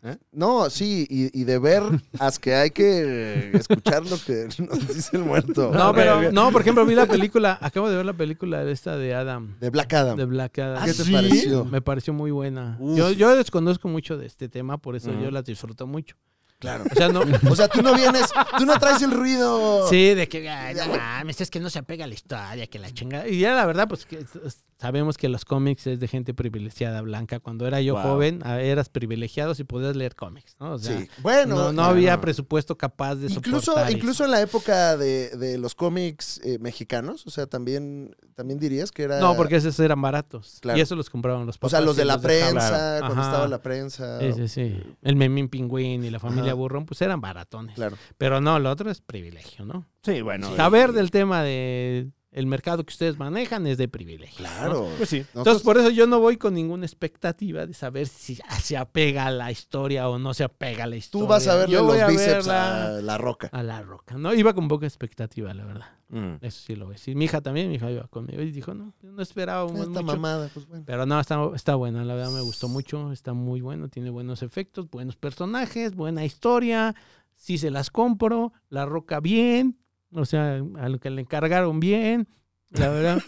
¿Eh? No, sí, y, y de ver as que hay que eh, escuchar lo que nos dice el muerto. No, pero no, por ejemplo, vi la película, acabo de ver la película de esta de Adam, De Black Adam. de Black Adam. Ah, ¿Qué te ¿sí? pareció? Me pareció muy buena. Uf. Yo, yo desconozco mucho de este tema, por eso Ujú. yo la disfruto mucho. Claro. O sea, no. O sea, tú no vienes, tú no traes el ruido. Sí, de que, ay, no mames, es que no se apega a la historia, que la chingada. Y ya la verdad, pues que s- s- sabemos que los cómics es de gente privilegiada blanca. Cuando era yo Wow. joven, a- eras privilegiado si podías leer cómics, ¿no? O sea, Sí. Bueno, no, no ya había no. presupuesto capaz de Incluso, soportar eso. incluso en la época de, de los cómics eh, mexicanos, o sea, también, también dirías que era. No, porque esos eran baratos. Claro. Y eso los compraban los O papás. sea, los y de la dejaban. prensa, cuando Ajá. estaba la prensa. Sí, sí, sí. El Memín Pingüín y la familia Ajá. Burrón, pues eran baratones. Claro. Pero no, lo otro es privilegio, ¿no? Sí, bueno. Pues eh, Saber del tema del mercado que ustedes manejan es de privilegio. ¿no? Claro. Pues sí. Nosotros- Entonces, por eso yo no voy con ninguna expectativa de saber si ah, se apega a la historia o no se apega a la tú historia. vas a verle Yo voy a los bíceps verla a la roca. a la roca. No, iba con poca expectativa, la verdad. mm. Eso sí lo voy a decir. Mi hija también, mi hija iba conmigo y dijo, no, yo no esperaba Esta mucho. mamada, pues bueno. Pero no, está, está buena, la verdad me gustó mucho, está muy bueno, tiene buenos efectos, buenos personajes, buena historia, sí se las compro, la roca bien, o sea, a lo que le encargaron bien, la verdad.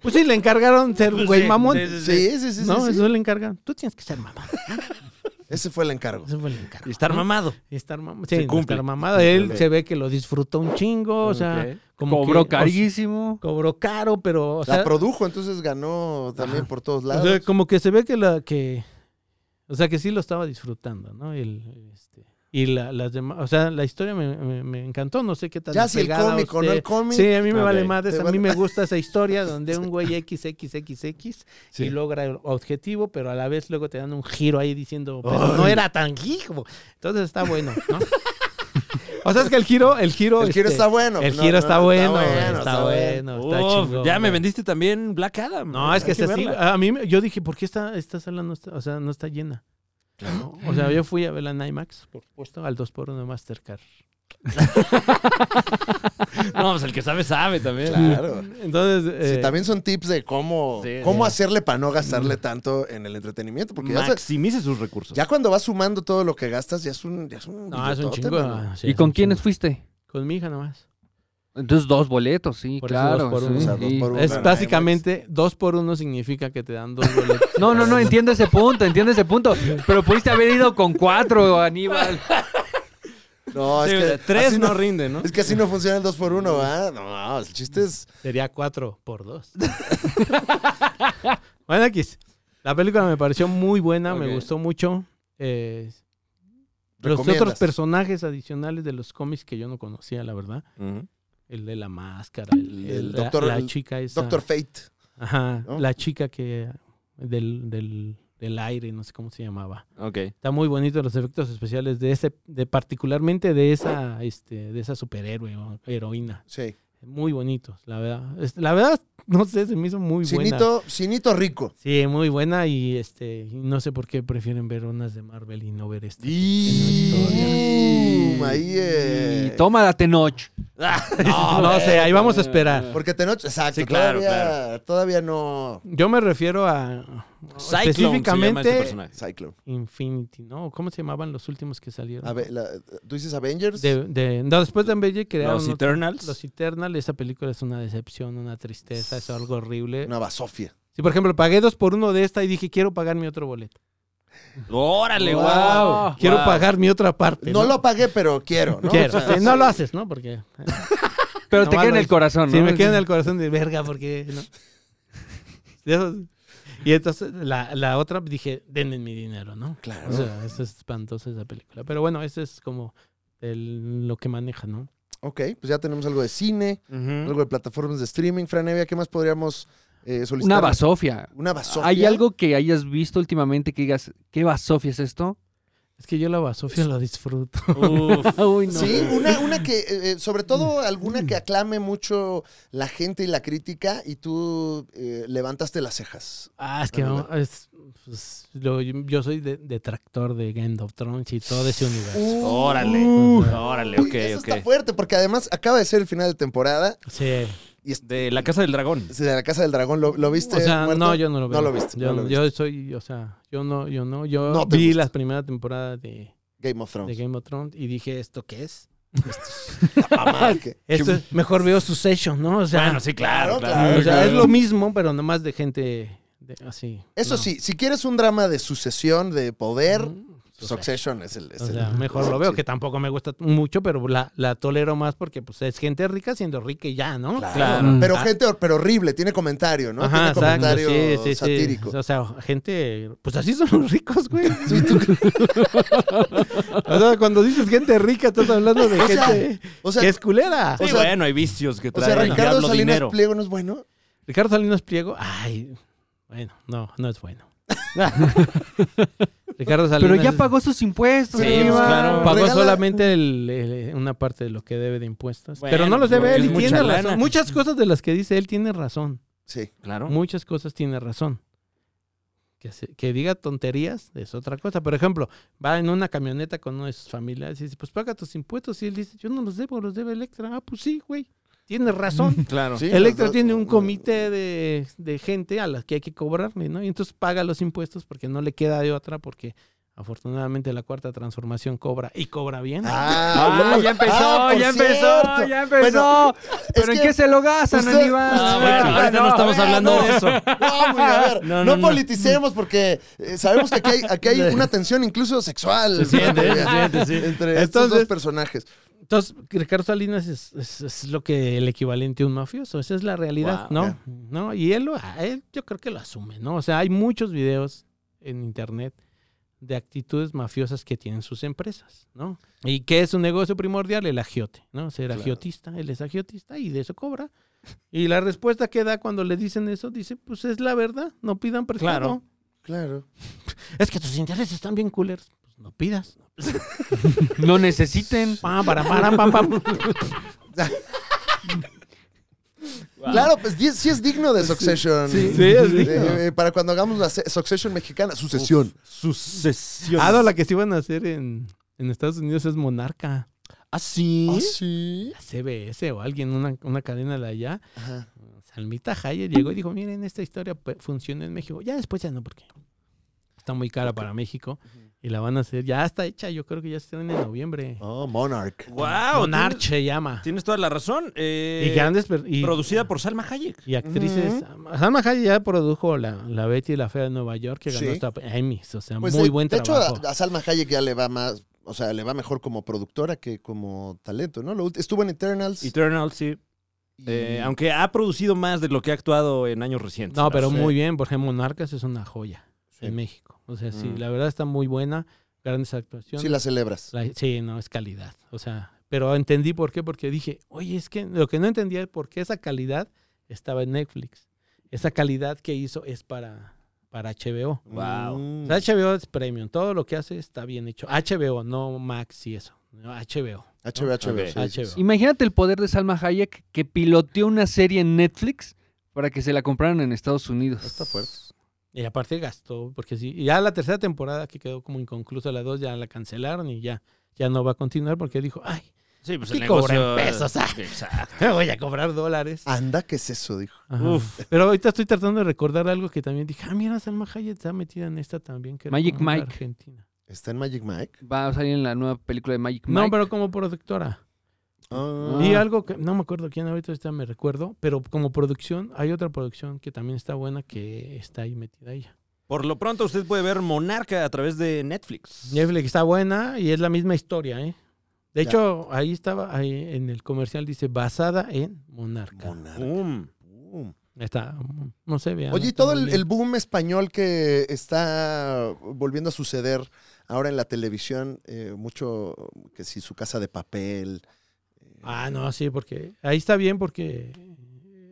pues sí, le encargaron ser un güey mamón. Pues Sí, sí, sí, sí, no, sí. eso le encargan. Tú tienes que ser mamá. Ese fue el encargo. Eso fue el encargo. Y estar ¿no? mamado. Y estar mamá. Se Sí, no, cumple. estar mamado. Él Ok. se ve que lo disfrutó un chingo, o sea, Ok. como Cobró que- carísimo. Cobró caro, pero... O la sea, produjo, entonces ganó también Ajá. por todos O lados. sea, como que se ve que la que. O sea, que sí lo estaba disfrutando, ¿no? El, este, y la, las demás. O sea, la historia me, me- me encantó. No sé qué tal. ya si el cómico, no el cómic. Sí, a mí me Ok. vale madres. Te A vale- mí me gusta esa historia donde un güey XXXX Sí. y logra el objetivo, pero a la vez luego te dan un giro ahí diciendo, pero Ay. no era tan giro. Entonces está bueno, ¿no? o sea, es que el giro. El giro, El giro este, está bueno. pues, El No, giro no, está, bueno, güey, está, bueno, está Uf, chingón, ya me güey. vendiste también Black Adam. No, es que Hay es así. verla. A mí me- yo dije, ¿por qué esta, esta sala no está, o sea, no está llena? ¿No? O sea, yo fui a verla en IMAX, por supuesto, al 2x1 de Mastercard. No, pues el que sabe, sabe también. Claro. Entonces, eh, Sí, también son tips de cómo, Sí, cómo sí. hacerle para no gastarle tanto en el entretenimiento. Porque ya, sabes, Maximice sus recursos. ya cuando vas sumando todo lo que gastas, ya es un. Ya es un no, es un billotote, chingo. mano. ah, sí, ¿Y es con un quiénes chingo. fuiste? Con mi hija nomás. Entonces dos boletos, sí, Por eso claro. dos por sí, uno, o sea, dos sí. por uno. Es en básicamente dos por uno significa que te dan dos boletos. No, no, no, entiendo ese punto, entiendo ese punto. Pero pudiste haber ido con cuatro, Aníbal. No, es Sí, que. tres así no, no, rinden, ¿no? Es que así no funciona el 2 por 1 ¿verdad? No, el chiste es. Sería cuatro por dos. bueno, X. La película me pareció muy buena, Ok. me gustó mucho. Eh, los Recomiendas. otros personajes adicionales de los cómics que yo no conocía, la verdad. El de la máscara, el, El el- la- doctor- la, el chica esa. Doctor Fate. Ajá, ¿no? la chica que del, del, del aire, no sé cómo se llamaba. Ok. Está muy bonito los efectos especiales de ese, de particularmente de esa, este, de esa superhéroe o heroína. Sí. Muy bonitos, la verdad. Es- La verdad, no sé, se me hizo muy buena. Cinito, Cinito Rico. Sí, muy buena y este, y no sé por qué prefieren ver unas de Marvel y no ver este. esta. Y... Ahí, eh. Y toma la Tenoch. No, no sé, ahí vamos a esperar. Porque Tenoch, exacto, Sí, claro, todavía, todavía no. Yo me refiero a Cyclone se llama este específicamente personaje. Cyclone. Infinity, ¿no? ¿Cómo se llamaban los últimos que salieron? A ver, la- ¿Tú dices Avengers? De, de- no, después de Ambelle crearon Los otro- Eternals. Los Eternal, esa película es una decepción, una tristeza, es algo horrible. Nueva Sofía. Si, por ejemplo, pagué dos por uno de esta y dije, quiero pagar mi otro boleto. ¡Órale, Wow. wow! Quiero Wow. pagar mi otra parte. No lo pagué, pero quiero, ¿no? Quiero. O sea, Sí, no lo haces, ¿no? Porque. eh, Pero te Nomás queda en lo- el corazón, ¿no? Sí, me queda en el corazón de verga, porque. ¿no? De esos- Y entonces la, la otra dije, denme mi dinero, ¿no? Claro. O sea, es espantosa esa película. Pero bueno, eso es como el- lo que maneja, ¿no? ok, pues ya tenemos algo de cine, Ujú. algo de plataformas de streaming. Franevia, ¿qué más podríamos eh, solicitar? Una basofia. Una basofia. ¿Hay algo que hayas visto últimamente que digas, qué basofia es esto? Es que yo la basofia la disfruto. Uf. Uy, no. Sí, una, una que, eh, eh, sobre todo alguna que aclame mucho la gente y la crítica, y tú eh, levantaste las cejas. Ah, es que Ándale. no, es- pues, lo- yo soy de- detractor de Game of Thrones y todo ese universo. ¡Órale! Uh, ¡Órale, uy, ok, eso ok! está fuerte, porque además acaba de ser el final de temporada Sí. y es- De la Casa del Dragón. de la Casa del Dragón, ¿lo, lo viste? O sea, muerto? no, yo no lo veo. No lo viste, Yo, no lo viste. yo soy, o sea, yo no, yo no. Yo No te vi gusta. la primera temporada de, Game of de Thrones. Game of Thrones y dije, ¿esto qué es? Mamá, que- Esto es- mejor veo su session, ¿no? O sea, Bueno, Ah, sí, claro, Claro, claro. o sea, claro. es lo mismo, pero nomás de gente de- así. Eso No. sí, si quieres un drama de sucesión, de poder, pues, Mm, O sea, Succession es el. es o el- sea, mejor lo veo, sí. que tampoco me gusta mucho, pero la, la tolero más porque pues es gente rica siendo rica y ya, ¿no? Claro. Claro. Pero Ah. gente, hor- pero horrible, tiene comentario, ¿no? tiene Ajá, exacto, comentario sí, sí, sí. satírico. O sea, gente, pues así son los ricos, güey. o sea, cuando dices gente rica, estás hablando de O sea, gente o sea, que es culera. o Sí, sea- bueno, hay vicios que o traen sea, el Ricardo diablo Salinas dinero. Pliego no es bueno. Ricardo Salinas Pliego, ay, bueno, no, no es bueno. Ricardo Salinas. Pero ya pagó sus impuestos, Sí, Iván. pues claro. Pagó Regala- solamente el- el- una parte de lo que debe de impuestos. Bueno, pero no los debe porque él es y mucha tiene lana. razón. Muchas cosas de las que dice él tiene razón. Sí. Claro. Muchas cosas tiene razón. Que, se- que diga tonterías es otra cosa. Por ejemplo, va en una camioneta con uno de sus familiares y dice, pues paga tus impuestos. Y él dice, yo no los debo, los debe Electra. Ah, pues sí, güey. Tiene razón. Claro. Sí, los Electra dos- tiene un comité de, de gente a las que hay que cobrarle, ¿no? Y entonces paga los impuestos porque no le queda de otra porque afortunadamente la cuarta transformación cobra y cobra bien. Ah, Ah, bueno. ya empezó, Ah, por ya empezó, cierto. ya empezó. Bueno, ¿Pero es en que- qué se lo gastan, usted- Iván? usted- Ah, bueno, Bueno, ahorita no, estamos bueno. hablando de eso. No, güey, a ver, no, No, no, no. politicemos porque eh, sabemos que aquí hay, aquí hay una tensión incluso sexual. Se siente, ¿no? se siente, sí. Entre estos Entonces- dos personajes. Entonces, Ricardo Salinas es, es- es lo que el equivalente a un mafioso, esa es la realidad, Wow. ¿no? Ya. ¿No? Y él, lo- a él yo creo que lo asume, ¿no? O sea, hay muchos videos en internet de actitudes mafiosas que tienen sus empresas, ¿no? ¿Y qué es un negocio primordial? El agiote, ¿no? Ser Claro. agiotista, él es agiotista y de eso cobra. Y la respuesta que da cuando le dicen eso, dice, pues es la verdad, no pidan prestado. Claro. Claro. Es que tus intereses están bien culeros, pues no pidas. No necesiten. Pam, para, para, pam, pam. Claro, pues di- sí es digno de Succession. Sí, sí, es digno. Eh, eh, para cuando hagamos la se- Succession mexicana, sucesión. Pues Sucesión. Ah, no, la que se iban a hacer en, en Estados Unidos es Monarca. Ah, sí. Ah, sí. La CBS o alguien, una, una cadena de allá. Ajá. Salmita Hayek llegó y dijo, miren, esta historia pe- funciona en México. Ya después ya no, porque está muy cara para México. Y la van a hacer, ya está hecha, yo creo que ya se estrena en noviembre. Oh, Monarch. Wow. Monarch se llama. Tienes toda la razón. Eh, y grandes... per- Y, Producida por Salma Hayek. y actrices. Salma Hayek ya produjo la, la Betty y la Fea de Nueva York, que ganó Sí. hasta Emmys. O sea, Pues, muy eh, buen de trabajo. hecho, a, a Salma Hayek ya le va más, o sea, le va mejor como productora que como talento, ¿no? Lo ulti- estuvo en Eternals. Eternal, sí. Eh, y- aunque ha producido más de lo que ha actuado en años recientes. No, pero Sí. muy bien. Por ejemplo, Monarcas es una joya Sí. en México. O sea, sí, Mm. la verdad está muy buena. Grandes actuaciones. Sí la celebras. La- sí, no, es calidad. O sea, pero entendí por qué. Porque dije, oye, es que lo que no entendía es por qué esa calidad estaba en Netflix. Esa calidad que hizo es para, para HBO. Wow. O sea, HBO es premium. Todo lo que hace está bien hecho. HBO, no Max y eso. No, HBO. HBO, HBO. sí, HBO. sí, sí. Imagínate el poder de Salma Hayek que piloteó una serie en Netflix para que se la compraran en Estados Unidos. Está fuerte. Y aparte gastó, porque sí, y ya la tercera temporada que quedó como inconclusa, la dos ya la cancelaron y ya, ya no va a continuar porque dijo, ay, Sí, pues Sí el negocio... cobran pesos, ah. Exacto. me voy a cobrar dólares. Anda, ¿qué es eso? Dijo. Ajá. Uf. Pero ahorita estoy tratando de recordar algo que también dije, ah, mira, Salma Hayek está metida en esta también. Que era Magic como de Mike. Argentina. ¿Está en Magic Mike? Va a salir en la nueva película de Magic Mike. No, pero como productora. Ah. Ah. Y algo que no me acuerdo quién ahorita está, me recuerdo, pero como producción, hay otra producción que también está buena que está ahí metida ella. Por lo pronto usted puede ver Monarca a través de Netflix. Netflix está buena y es la misma historia, ¿eh? De hecho, ahí estaba, ahí en el comercial dice basada en Monarca. Monarca. Um. Boom. Está, no sé, vean. Oye, y todo el, el boom español que está volviendo a suceder ahora en la televisión, eh, mucho que si su casa de papel. eh, Ah, no, sí, porque ahí está bien porque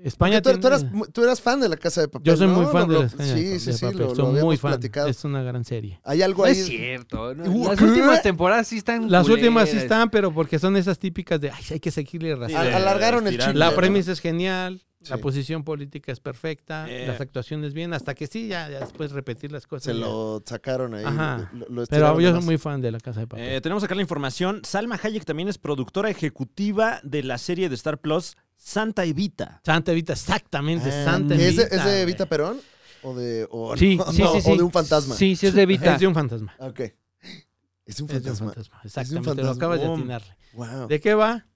España Tú, tú tiene- eras, tú eras fan de la casa de papel. Yo soy ¿no? muy fan Lo- de lo- las cañas Sí, de sí, sí, papel, lo, lo soy muy habíamos fan. platicado. Es una gran serie. Hay algo No ahí. es cierto. no. Uh, Las ¿qué? últimas temporadas sí están. Las últimas sí culeras. están, pero porque son esas típicas de, ay, hay que seguirle razón. Sí, Al- de- alargaron el estirando. chicle. La ¿no? premisa es genial, la Sí. posición política es perfecta, Eh. las actuaciones bien, hasta que sí, ya, ya después repetir las cosas. Se ya. lo sacaron ahí. Ajá. lo- lo Pero estiraron yo soy más. muy fan de la casa de papel. Eh, tenemos acá la información. Salma Hayek también es productora ejecutiva de la serie de Star Plus Santa Evita. Santa Evita, exactamente, Ah, Santa ¿que Evita. ¿Es de, es de güey. Evita Perón? ¿O de, o, Sí, no, sí, sí, sí. o de un fantasma? Sí, sí, es de Evita. Es de un fantasma. Ah, Ok. Es un Es de un fantasma. fantasma, exactamente, lo fantasma. acabas de Boom. atinarle. Wow. ¿De qué va?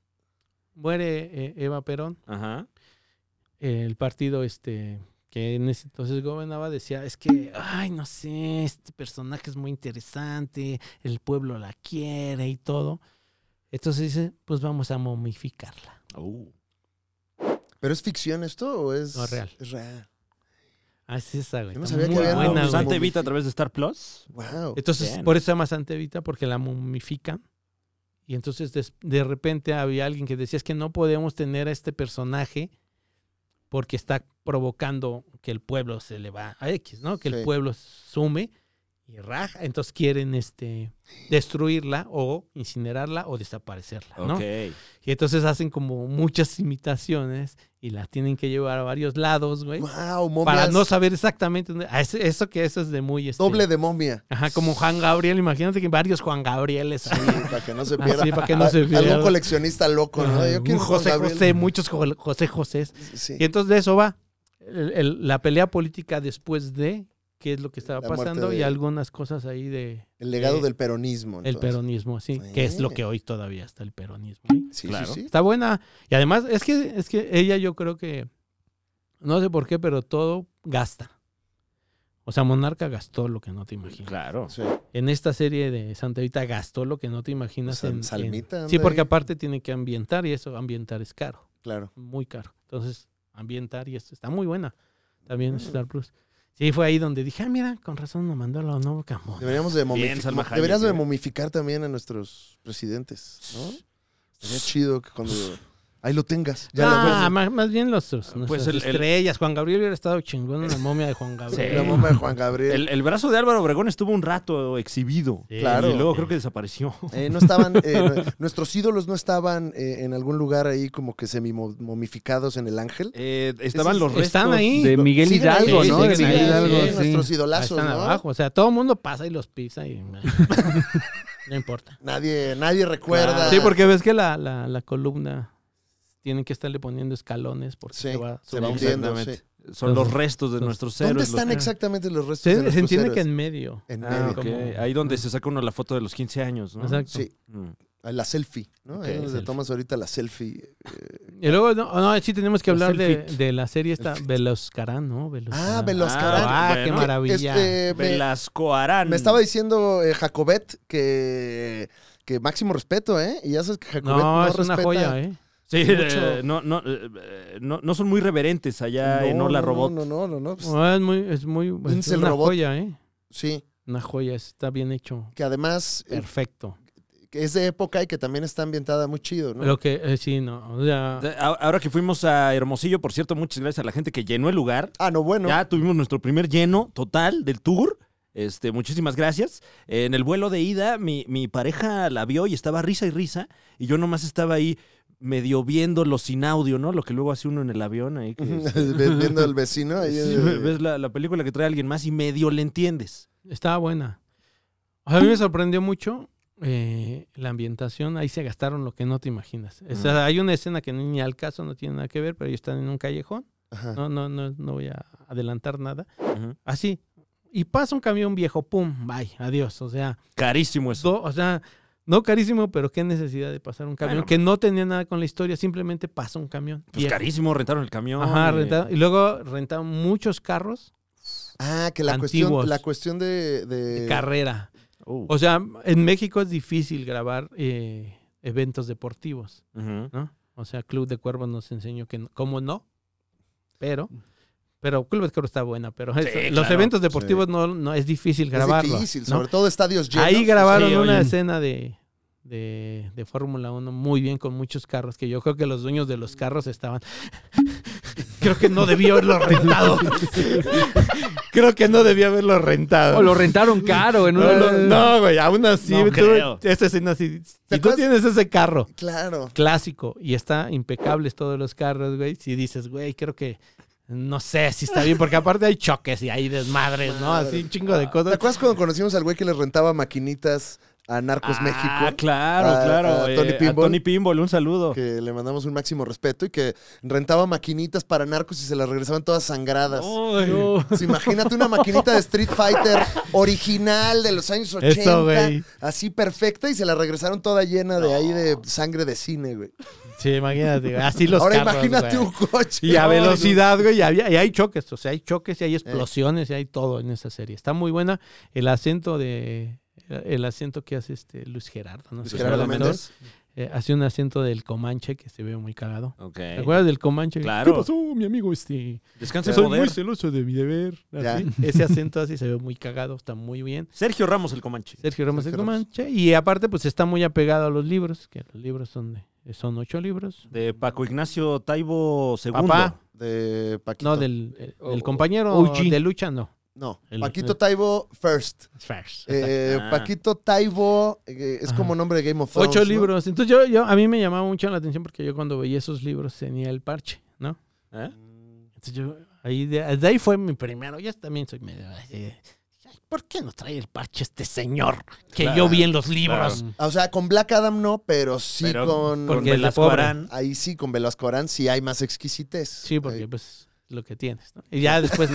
Muere eh, Eva Perón, Ajá. el partido este que en ese entonces gobernaba, decía, es que, ay, no sé, este personaje es muy interesante, el pueblo la quiere y todo. Entonces dice, pues vamos a momificarla. Uh, ¿Pero es ficción esto o es...? No, real. Es real. Así es, güey. Yo no está sabía que muy había buena, una güey. momificación. Santa Evita a través de Star Plus. Wow. Entonces, Bien. por eso se llama Santa Evita, porque la momifican. Y entonces des- de, repente había alguien que decía, es que no podemos tener a este personaje porque está provocando que el pueblo se le va a X, ¿no? Que Sí. el pueblo sume y raja. Entonces quieren este, destruirla o incinerarla o desaparecerla, ¿no? Y entonces hacen como muchas imitaciones y la tienen que llevar a varios lados, güey. Wow, momias. Para no saber exactamente dónde... ah, ese- Eso que eso es de muy... este, Doble de momia. Ajá, como Juan Gabriel, imagínate que varios Juan Gabrieles Sí, ahí. para que no se Ah, pierda. sí, para que no se pierda. Ah, Algún coleccionista loco, ¿no? Yo Un quiero un Juan José Gabriel. José, muchos Jo- José José. Sí. Y entonces de eso va el- el- la pelea política después de qué es lo que estaba La muerte pasando de- y algunas cosas ahí de El legado Eh, del peronismo. el entonces. peronismo, sí, que es lo Sí. que hoy todavía está el peronismo. ahí. Sí, Claro. sí, sí. Está buena. Y además es que es que ella yo creo que no sé por qué, pero todo gasta. O sea, Monarca gastó lo que no te imaginas. Claro. Sí. en esta serie de Santa Evita gastó lo que no te imaginas. Sal- en- en- Salmita anda sí, porque ahí. aparte tiene que ambientar y eso, ambientar es caro, Claro. muy caro. Entonces, ambientar y esto está muy buena. Mm. También es Star Plus. Sí, fue ahí donde dije, ah, mira, con razón nos mandó la nuevo camón. Deberíamos de momificar. Salma Hayek, Deberías de ¿eh? momificar también a nuestros presidentes, ¿no? Sería chido que cuando ahí lo tengas. Ya lo ah, ves. más, más bien los pues Pues el- el- estrellas. Juan Gabriel hubiera estado chingón en la momia de Juan Gabriel. La mamá de Juan Gabriel. El, el brazo de Álvaro Obregón estuvo un rato exhibido. Sí, claro. Y luego creo que desapareció. Eh, no estaban, eh, no- nuestros ídolos no estaban eh, en algún lugar ahí como que semi-momificados en el ángel. Eh, estaban los restos. Están ahí. De Miguel Siguen ahí, Hidalgo, sí, ¿no? siguen De ahí, Miguel sí, Hidalgo, sí. Nuestros idolazos, están ¿no? abajo. O sea, todo el mundo pasa y los pisa y no importa. Nadie, nadie recuerda. Sí, porque ves que la, la, la columna tienen que estarle poniendo escalones porque Sí, se va, se va subiendo. hundiendo. Exactamente. sí. Son los restos de nuestros héroes. ¿Dónde los- están exactamente los restos Se, de se nuestros entiende que héroes? en medio. En Ah, medio. ok. como- Ahí donde se saca uno la foto de los 15 años, ¿no? Exacto. Sí, Mm. a la selfie, ¿no? Ok, Ahí donde selfie. tomas ahorita la selfie. Y luego, no, no, sí tenemos que El hablar de, selfie. de la serie esta, El fit. Velozcarán, ¿no? Velozcarán. Ah, Velozcarán. Ah, bueno. qué maravilla. Este, me- Velasco Arán. Me estaba diciendo eh, Jacobet que, que máximo respeto, ¿eh? Y ya sabes que Jacobet no, no, es una respeta. joya, ¿eh? Sí, mucho. eh, no, no, eh, eh, no, no son muy reverentes allá en no, Hola no, Robot. No, no, no, no, pues, No, es muy, es muy, es Incel una robot. joya, ¿eh? Sí, Una joya, está bien hecho. que además eh, Perfecto. que es de época y que también está ambientada muy chido, ¿no? Lo que, eh, sí, no, o sea, De- a- Ahora que fuimos a Hermosillo, por cierto, muchas gracias a la gente que llenó el lugar. ah, no, bueno. Ya tuvimos nuestro primer lleno total del tour. Este, muchísimas gracias. En el vuelo de ida, mi, mi pareja la vio y estaba risa y risa. Y yo nomás estaba ahí medio viéndolo sin audio, ¿no? Lo que luego hace uno en el avión ahí. que- este, Viendo al vecino. ahí, Sí, eh, ves la, la película que trae alguien más y medio le entiendes. Estaba buena. O sea, a mí me sorprendió mucho eh, la ambientación. Ahí se gastaron lo que no te imaginas. O sea, hay una escena que ni al caso no tiene nada que ver, pero ellos están en un callejón. ajá. No, no, no, no voy a adelantar nada. Así. Y pasa un camión viejo, pum, bye, adiós. O sea, Carísimo eso. do- o sea, no carísimo, pero qué necesidad de pasar un camión Bueno. que no tenía nada con la historia, simplemente pasa un camión. Pues viejo. carísimo, rentaron el camión. Ajá, eh, rentado. Y luego rentaron muchos carros Ah, que la cuestión, Antiguos. la cuestión de, de- Eh, de carrera. oh, O sea, en México es difícil grabar eh, eventos deportivos, ujú. ¿no? O sea, Club de Cuervos nos enseñó que no- cómo no, pero, pero Club de Cuervos está buena, pero eso- los claro, eventos deportivos no, no es difícil es grabarlo. difícil, ¿no? sobre todo estadios llenos. Ahí grabaron Sí, una oye. escena de, de, de Fórmula 1 muy bien con muchos carros, que yo creo que los dueños de los carros estaban... creo que no debía haberlo rentado. creo que no debía haberlo rentado. O lo rentaron caro en No, una... no, no, güey, aún así, No tú- creo. esta escena así. Eh, ¿Te Si tú acuerdas? tienes ese carro Claro. clásico y está impecables todos los carros, güey, si dices, güey, creo que no sé si está bien, porque aparte hay choques y hay desmadres, ¿no? Madre. Así un chingo de ¿Te cosas. acuerdas cuando conocimos al güey que les rentaba maquinitas a Narcos Ah, México? claro, A- claro. a eh, Tony a Pinball. Tony Pinball, un saludo. que le mandamos un máximo respeto y que rentaba maquinitas para narcos y se las regresaban todas sangradas. Ay, no. Sí, imagínate una maquinita de Street Fighter original de los años 80, Eso, güey. así perfecta y se la regresaron toda llena de ahí de sangre de cine, güey. Sí, imagínate. Así los Ahora carros, imagínate güey. un coche. Y a No, Eh. velocidad, güey, y, había- y hay choques, o sea, hay choques y hay explosiones y hay todo en esa serie. Está muy buena el acento de el acento que hace este Luis Gerardo, ¿no? Luis Su Gerardo actor, Méndez. eh, hace un acento del Comanche que se ve muy cagado. Ok. ¿Te acuerdas del Comanche? Eh, Claro. ¿Qué pasó, mi amigo? Este, Descansa en Soy poder. celoso de mi deber. Ya. Así. Ese acento así se ve muy cagado, está muy bien. Sergio Ramos, el Comanche. Sergio Ramos del Sergio Ramos. Comanche. Y aparte, pues está muy apegado a los libros, que los libros son de- eh, son ocho libros. De Paco Ignacio Taibo II. Papá. De Paquito. No, del el- O- el compañero OG. de lucha, no. No, El- Paquito Taibo First. First. Eh, Ah. Paquito Taibo eh, es Ajá. como nombre de Game of Thrones. Ocho ¿no? libros. Entonces yo, yo, a mí me llamaba mucho la atención porque yo cuando veía esos libros tenía el parche, ¿no? ¿Eh? Entonces yo, ahí de, de ahí fue mi primero. Yo también soy medio así de, "Ay, ¿Por qué no trae el parche este señor que yo vi en los libros? Ah, O sea, con Black Adam no, pero sí Pero con. Con porque es de Velasco pobre. Arán. Ahí sí, con Velasco Arán sí hay más exquisitez. Eh, Sí, porque Ahí. pues lo que tienes, ¿no? Y ya después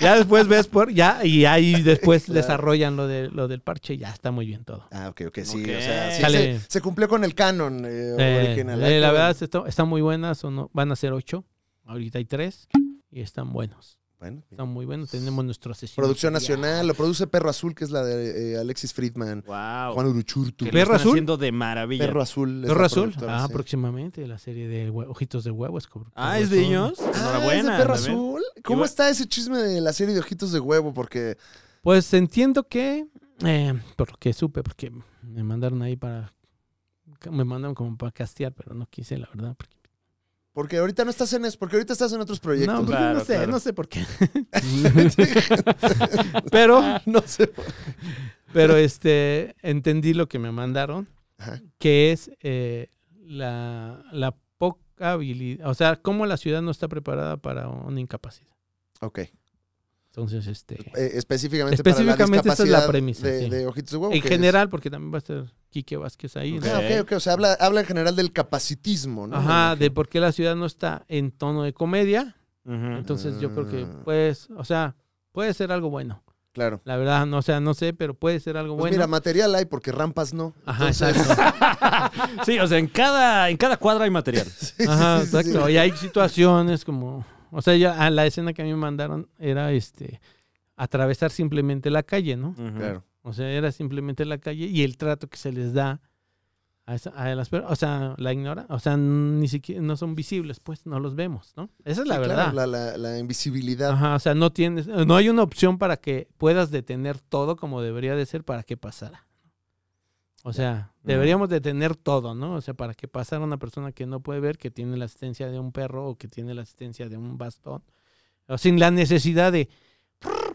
ya después ves por ya y ahí después desarrollan lo de lo del parche y ya está muy bien todo. Ah, ok, ok, sí. Ok. O sea, sí, Sale. se, se cumplió con el canon eh, Eh, original. eh, la Ah, verdad está, están muy buenas, son, o- van a ser ocho, ahorita hay tres y están buenos, Bueno, bien. están muy buenos, tenemos nuestro sesión. Producción nacional, lo produce Perro Azul, que es la de eh, Alexis Friedman, Wow. Juan Uruchurtu. Que lo Perro están Azul. haciendo de maravilla. Perro Azul. es Perro la Azul, productora, ah, sí. próximamente la serie de hue- Ojitos de Huevo. Es con Ah, Perro es de Azul. ellos. Ah, ¿es Enhorabuena. de Perro también. Azul? ¿Cómo Iba- está ese chisme de la serie de Ojitos de Huevo? Porque Pues entiendo que, eh, por lo que supe, porque me mandaron ahí para, me mandaron como para castear, pero no quise, la verdad. porque- porque ahorita no estás en eso, porque ahorita estás en otros proyectos. no, pues, yo Claro, no sé, claro. no sé por qué. pero, Ah. No sé. pero este, entendí lo que me mandaron, Ajá. que es eh, la, la poca habilidad, o sea, cómo la ciudad no está preparada para una incapacidad. Ok. Eh, Entonces, este... específicamente, Específicamente para la esa es la discapacidad premisa, de, sí. de Ojitos de Huevo. En que es- general, porque también va a estar Quique Vázquez ahí. ¿no? Ah, ok, ok. O sea, habla, habla en general del capacitismo, ¿no? Ajá, de por qué la ciudad no está en tono de comedia. Ujú. Entonces yo creo que Ah. pues, o sea, puede ser algo bueno. Claro. La verdad, no, o sea, no sé, pero puede ser algo Pues bueno. mira, material hay porque rampas no. Ajá, Entonces- exacto. Sí, o sea, en cada, en cada cuadra hay material. Ajá, sí, sí, sí. exacto. Y hay situaciones como, o sea, ya a la escena que a mí me mandaron era este atravesar simplemente la calle, ¿no? Ujú. Claro. O sea, era simplemente la calle y el trato que se les da a, esa- a las personas, o sea, la ignora, o sea, ni siquiera no son visibles, pues no los vemos, ¿no? Esa es la Sí, verdad. claro, la, la- la invisibilidad. Ajá, o sea, no tienes, no hay una opción para que puedas detener todo como debería de ser para que pasara. O sea, deberíamos detener todo, ¿no? O sea, para que pasara una persona que no puede ver, que tiene la asistencia de un perro o que tiene la asistencia de un bastón, o sin la necesidad de...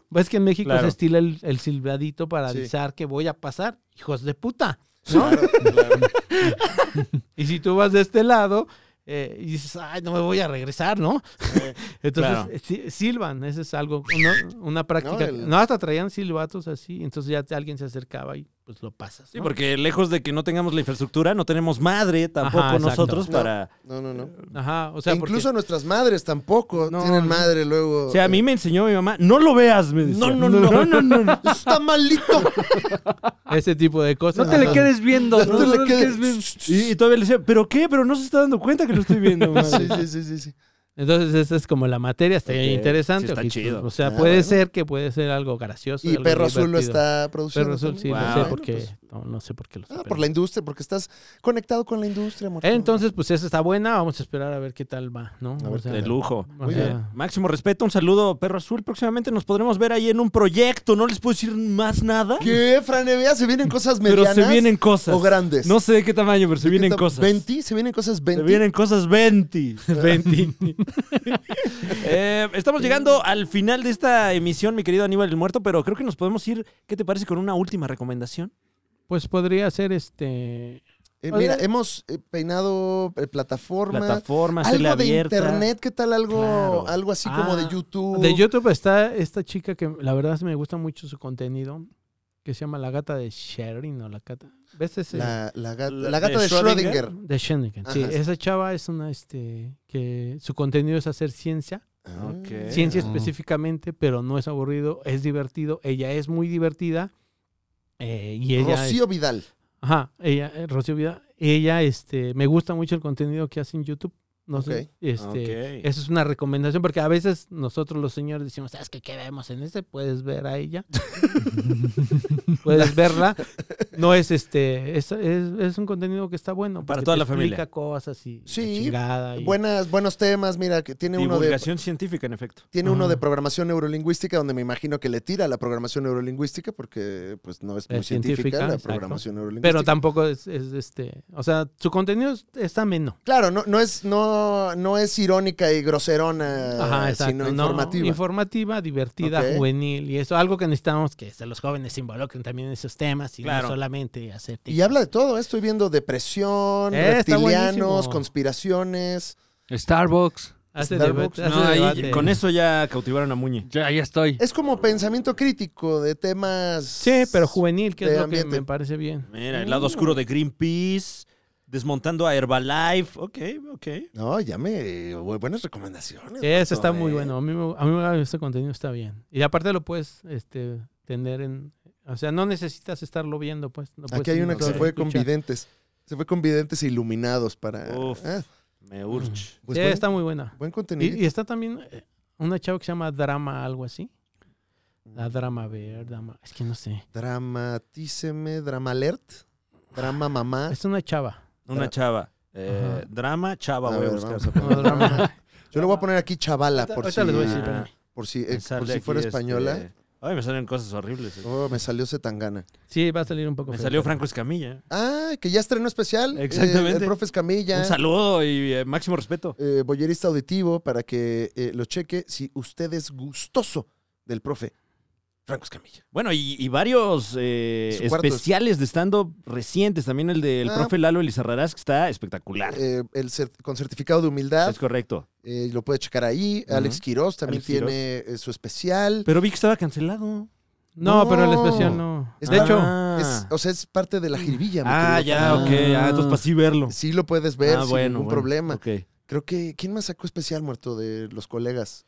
Ves que en México Claro. se estila el, el silbadito para Sí. avisar que voy a pasar, hijos de puta. Claro, claro. Y si tú vas de este lado eh, y dices, ay, no me voy a regresar, ¿no? entonces, claro. eh, si- silban, eso es algo, una, una práctica. No, el- hasta traían silbatos así, entonces ya te- alguien se acercaba y pues lo pasas. Sí, ¿no? porque lejos de que no tengamos la infraestructura, no tenemos madre tampoco Ajá, exacto. nosotros No. para... No, no, no. Ajá, o sea, E incluso nuestras madres tampoco No, tienen no. madre luego. O sea, a mí me enseñó mi mamá, no lo veas, me decía. No, no, no, no, no, no. Está malito. porque ese tipo de cosas. No te le Ajá. quedes viendo. Tú No, le no le quedas- quedes viendo. Y, y todavía le decía, ¿pero qué? Pero no se está dando cuenta que lo estoy viendo. madre". Sí, sí, sí, sí, sí. Entonces, esa es como la materia, está Ok, interesante. sí está ojitos. chido. O sea, Ah, puede bueno. ser que puede ser algo gracioso. Y algo Perro Azul lo divertido. está produciendo. Perro Azul, sí, no también. Wow. sé Bueno, por qué. pues, no, no sé por qué lo está ah, por la industria, porque estás conectado con la industria, amor. Entonces, pues esa está buena, vamos a esperar a ver qué tal va, ¿no? A ver qué De lujo. Muy Oye, bien. Máximo respeto, un saludo, Perro Azul. Próximamente nos podremos ver ahí en un proyecto. No les puedo decir más nada, ¿Qué, Franevia? ¿Se vienen cosas pero medianas se vienen cosas. o grandes? No sé de qué tamaño, pero se ¿De qué vienen tam- cosas. 20, se vienen cosas 20. Se vienen cosas 20. 20. Eh, estamos llegando al final de esta emisión, mi querido Aníbal el Muerto, pero creo que nos podemos ir, ¿qué te parece con una última recomendación? Pues podría ser este. Eh, O mira, sea- hemos eh, peinado eh, plataformas. Plataformas, algo tele de abierta. internet, ¿qué tal algo, Claro. algo así como de Ah, YouTube? De YouTube está esta chica que la verdad me gusta mucho su contenido, que se llama La Gata de Shering o La Gata. ¿Ves ese? La, la gata, La- la gata de de Schrödinger. Schrödinger. De Sheringen. Sí, Ajá. esa chava es una, este, que su contenido es hacer ciencia, Ah, Ok. ciencia Ah. específicamente, pero no es aburrido, es divertido. Ella es muy divertida. eh, y ella es- Rocío Vidal. Ajá, ella, eh, Rocío Vida. Ella, este, me gusta mucho el contenido que hace en YouTube. No sé, Ok. este, Ok. eso es una recomendación porque a veces nosotros los señores decimos, ¿sabes qué, qué vemos en este? Puedes ver a ella. Puedes verla. No es este, es, es- es un contenido que está bueno. Para porque toda te la familia. explica cosas y la Sí, chingada y- Buenas, buenos temas, mira, que tiene uno de Divulgación científica, en efecto. tiene uno de Ajá. programación neurolingüística donde me imagino que le tira a la programación neurolingüística porque pues no es muy Es científica, científica, la exacto. programación neurolingüística. Pero tampoco es, es, este, o sea, su contenido es- está ameno. Claro, no, no es no no es irónica y groserona, Ajá, exacto. eh, sino no, informativa. informativa, divertida, Ok. juvenil y eso. Algo que necesitamos que este, los jóvenes se involucren también en esos temas y Claro. no solamente hacer y habla de todo, ¿eh? estoy viendo depresión, Eh, está reptilianos, buenísimo. conspiraciones. Starbucks. Hace Starbucks, debate, No, hace ahí- debate. con eso ya cautivaron a Muñe. Ya, ya estoy. Es como pensamiento crítico de temas Sí, pero juvenil, que de es lo ambiente. que me parece bien. Mira, el lado oscuro de Greenpeace, desmontando a Herbalife. Ok, ok. No, ya me bu- buenas recomendaciones. Eso vato, está muy eh. bueno. A mí, me, a mí me- este contenido está bien. Y aparte lo puedes este, tener en... O sea, no necesitas estarlo viendo, pues. lo puedes Aquí hay una que se solo fue con escuchar. videntes. Se fue con videntes e iluminados para. Uf. Ah, Me urge. pues Sí, buen, está muy buena. buen contenido. Y, y está también eh, una chava que se llama Drama algo así. La Drama Ver, Drama... Es que no sé. Dramatíceme, Dramalert, Drama Mamá. Es una chava. Mm. Una chava. Eh, Ajá. drama, chava, A voy a ver, buscar. vamos a No, poner- drama. Yo le voy a poner aquí chavala, Ahorita- por si, ahorita les voy a decir, espérame. por si, eh, Me por Ah, sale si aquí, fuera este, española. Ay, me salen cosas horribles. Oh, me salió Zetangana. Sí, va a salir un poco Me feo. salió Franco Escamilla. Ah, que ya estrenó especial. eh, Exactamente. el profe Escamilla. Un saludo y eh, máximo respeto. eh, boyerista auditivo para que eh, lo cheque si usted es gustoso del profe Franco Escamilla. Bueno, y, y varios eh, Su cuarto es- especiales de stand-up recientes. También el del Ah. profe Lalo Elizarrarás, que está espectacular. Eh, el cer- con certificado de humildad, es correcto. eh, lo puede checar ahí. Ujú. Alex Quiroz también Alex Quiroz. tiene eh, su especial. Pero vi que estaba cancelado. No, pero el No. especial no. Es De hecho, Ah. Es- o sea, es parte de la jiribilla. mi Ah, querido ya, Fran. ok. Ah, entonces para sí verlo. Sí lo puedes ver ah, sin bueno, ningún bueno, problema. ok. Creo que... ¿Quién más sacó especial, muerto, de los colegas?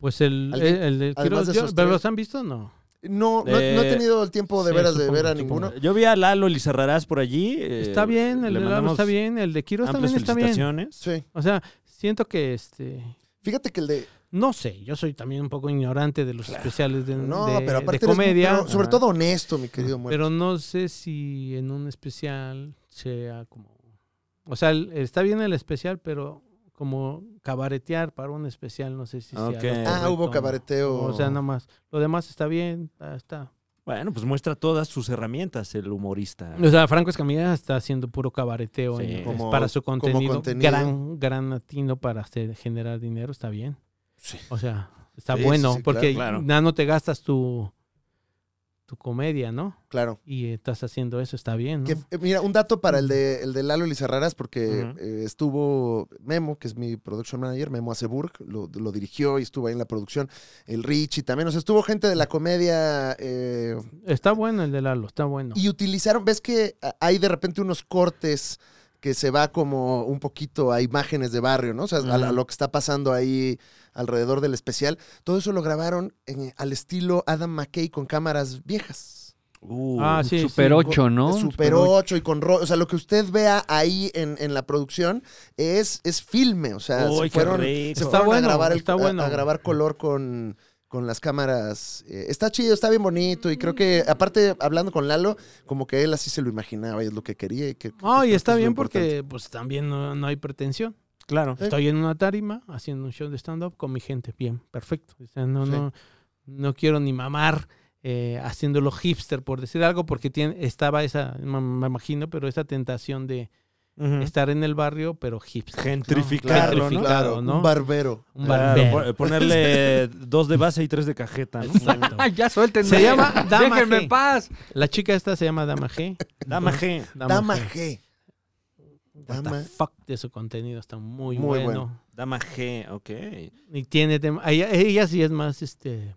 pues el, el, ¿Alguien? el de Además Quiroz, de yo- esos ¿Pero tres. los han visto? No. No, no, Eh, no he tenido el tiempo de sí, veras de supongo, ver a supongo. ninguno. Yo vi a Lalo Elizarrarás por allí. eh, está bien, el le de Lalo mandamos está bien, el de Quiroz amplias también está bien. felicitaciones. Sí. O sea, siento que este... Fíjate que el de... No sé, yo soy también un poco ignorante de los especiales de, No, de- pero de aparte... eres- comedia. pero sobre Ajá. todo honesto, mi querido muerto. Pero no sé si en un especial sea como... O sea, el- está bien el especial, pero como cabaretear para un especial, no sé si sea lo Ok. Ah, correcto, hubo ¿no? cabareteo. O sea, nada más. Lo demás está bien, ah, está. Bueno, pues muestra todas sus herramientas el humorista. O sea, Franco Escamilla está haciendo puro cabareteo Sí. en- Como- para su como contenido. contenido. Gran, gran atino para hacer, generar dinero, está bien. Sí. O sea, está Sí, sí, bueno, sí, porque claro, claro. ya no te gastas tu, tu comedia, ¿no? Claro. Y estás haciendo eso, está bien, ¿no? Que, eh, mira, un dato para el de, el de Lalo Lizarraras, porque Ujú. eh, estuvo Memo, que es mi production manager, Memo Aceburg, lo, lo dirigió y estuvo ahí en la producción. El Richie también, o sea, estuvo gente de la comedia eh, Está bueno el de Lalo, está bueno. y utilizaron, ves que a- hay de repente unos cortes que se va como un poquito a imágenes de barrio, ¿no? O sea, a, la- Ujú. lo que está pasando ahí alrededor del especial. Todo eso lo grabaron en- al estilo Adam McKay con cámaras viejas. Uh, ah, sí, sí. Super 8, ¿no? De Super 8 y con rollo. O sea, lo que usted vea ahí en, en la producción es, es filme. O sea, Uy, se qué fueron, rico. se Está fueron bueno, a, grabar el- está a- bueno. a grabar color con, con las cámaras. Eh, está chido, está bien bonito. Y creo que, aparte, hablando con Lalo, como que él así se lo imaginaba y es lo que quería. Y que, No, y creo está que es lo bien importante. porque pues también no, no hay pretensión. claro. Estoy en una tarima haciendo un show de stand-up con mi gente. Bien, perfecto. O sea, no, Sí. no, no quiero ni mamar eh, haciéndolo hipster, por decir algo, porque tiene, estaba esa, me me imagino, pero esa tentación de Ujú. estar en el barrio, pero hipster. ¿no? Gentrificarlo, ¿no? Gentrificado, Claro, ¿no? un barbero. Un Claro, barbero. po- ponerle dos de base y tres de cajeta, ¿no? Exacto. Ah, ya suéltenme. Se llama Dama Déjenme G. en paz. La chica esta se llama Dama G. Dama G. Dama G. G. What the Dama- fuck de su contenido está muy, Muy bueno. bueno. Dama G, ok. Y tiene tema- ella, ella sí es más este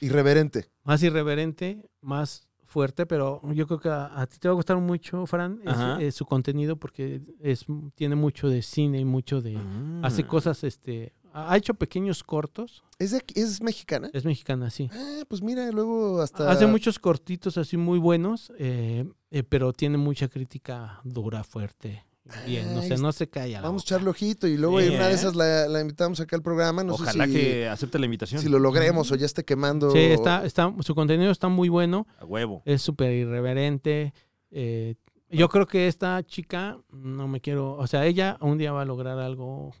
Irreverente. más irreverente, más fuerte, pero yo creo que a, a ti te va a gustar mucho, Fran, es- Ajá. es su contenido porque es tiene mucho de cine y mucho de hace Ah. cosas este ha ha hecho pequeños cortos, ¿Es, de aquí- ¿Es mexicana? es mexicana, sí. Ah, pues mira, luego hasta. Hace muchos cortitos así muy buenos. eh, eh, pero tiene mucha crítica dura, fuerte. Bien, no Ay, sé, no se calla. la Vamos a boca. echarle ojito y luego en Sí, una de ¿eh? esas la, la invitamos acá al programa. No Ojalá sé si, que acepte la invitación. si lo logremos o ya esté quemando. Sí, está, está, su contenido está muy bueno, A huevo. es súper irreverente. eh, yo creo que esta chica, no me quiero, o sea, ella un día va a lograr algo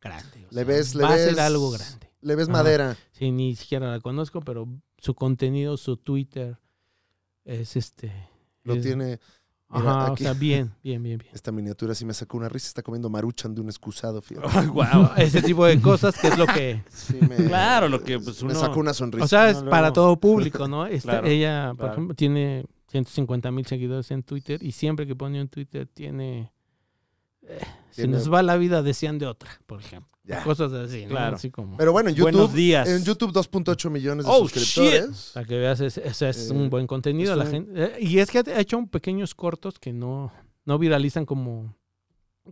grande. o sea, Le ves, le va a ves. ser algo grande. Le ves Ajá. madera. Sí, ni siquiera la conozco, pero su contenido, su Twitter, es este. Lo es- tiene. mira, Ajá, o aquí. sea, bien, bien, bien, bien. Esta miniatura sí me sacó una risa. Está comiendo maruchan de un excusado, fíjate. Ay, guau. Ah, Ese tipo de cosas que es lo que. Sí me- Claro, lo que, pues, Me uno- sacó una sonrisa. O sea, es No, no. para todo público, ¿no? Esta- Claro, ella, por claro. ejemplo, tiene 150 mil seguidores en Twitter y siempre que pone un Twitter tiene. eh, se Tiene- nos va la vida, decían de otra, por ejemplo. Ya. Cosas así, ¿no? Claro. Así como. Pero bueno, en YouTube. Buenos días. En YouTube 2.8 millones de Oh, suscriptores. Para que veas, ese ese es Eh, un buen contenido. es la un- gente, eh, y es que ha hecho un pequeños cortos que no, no viralizan como,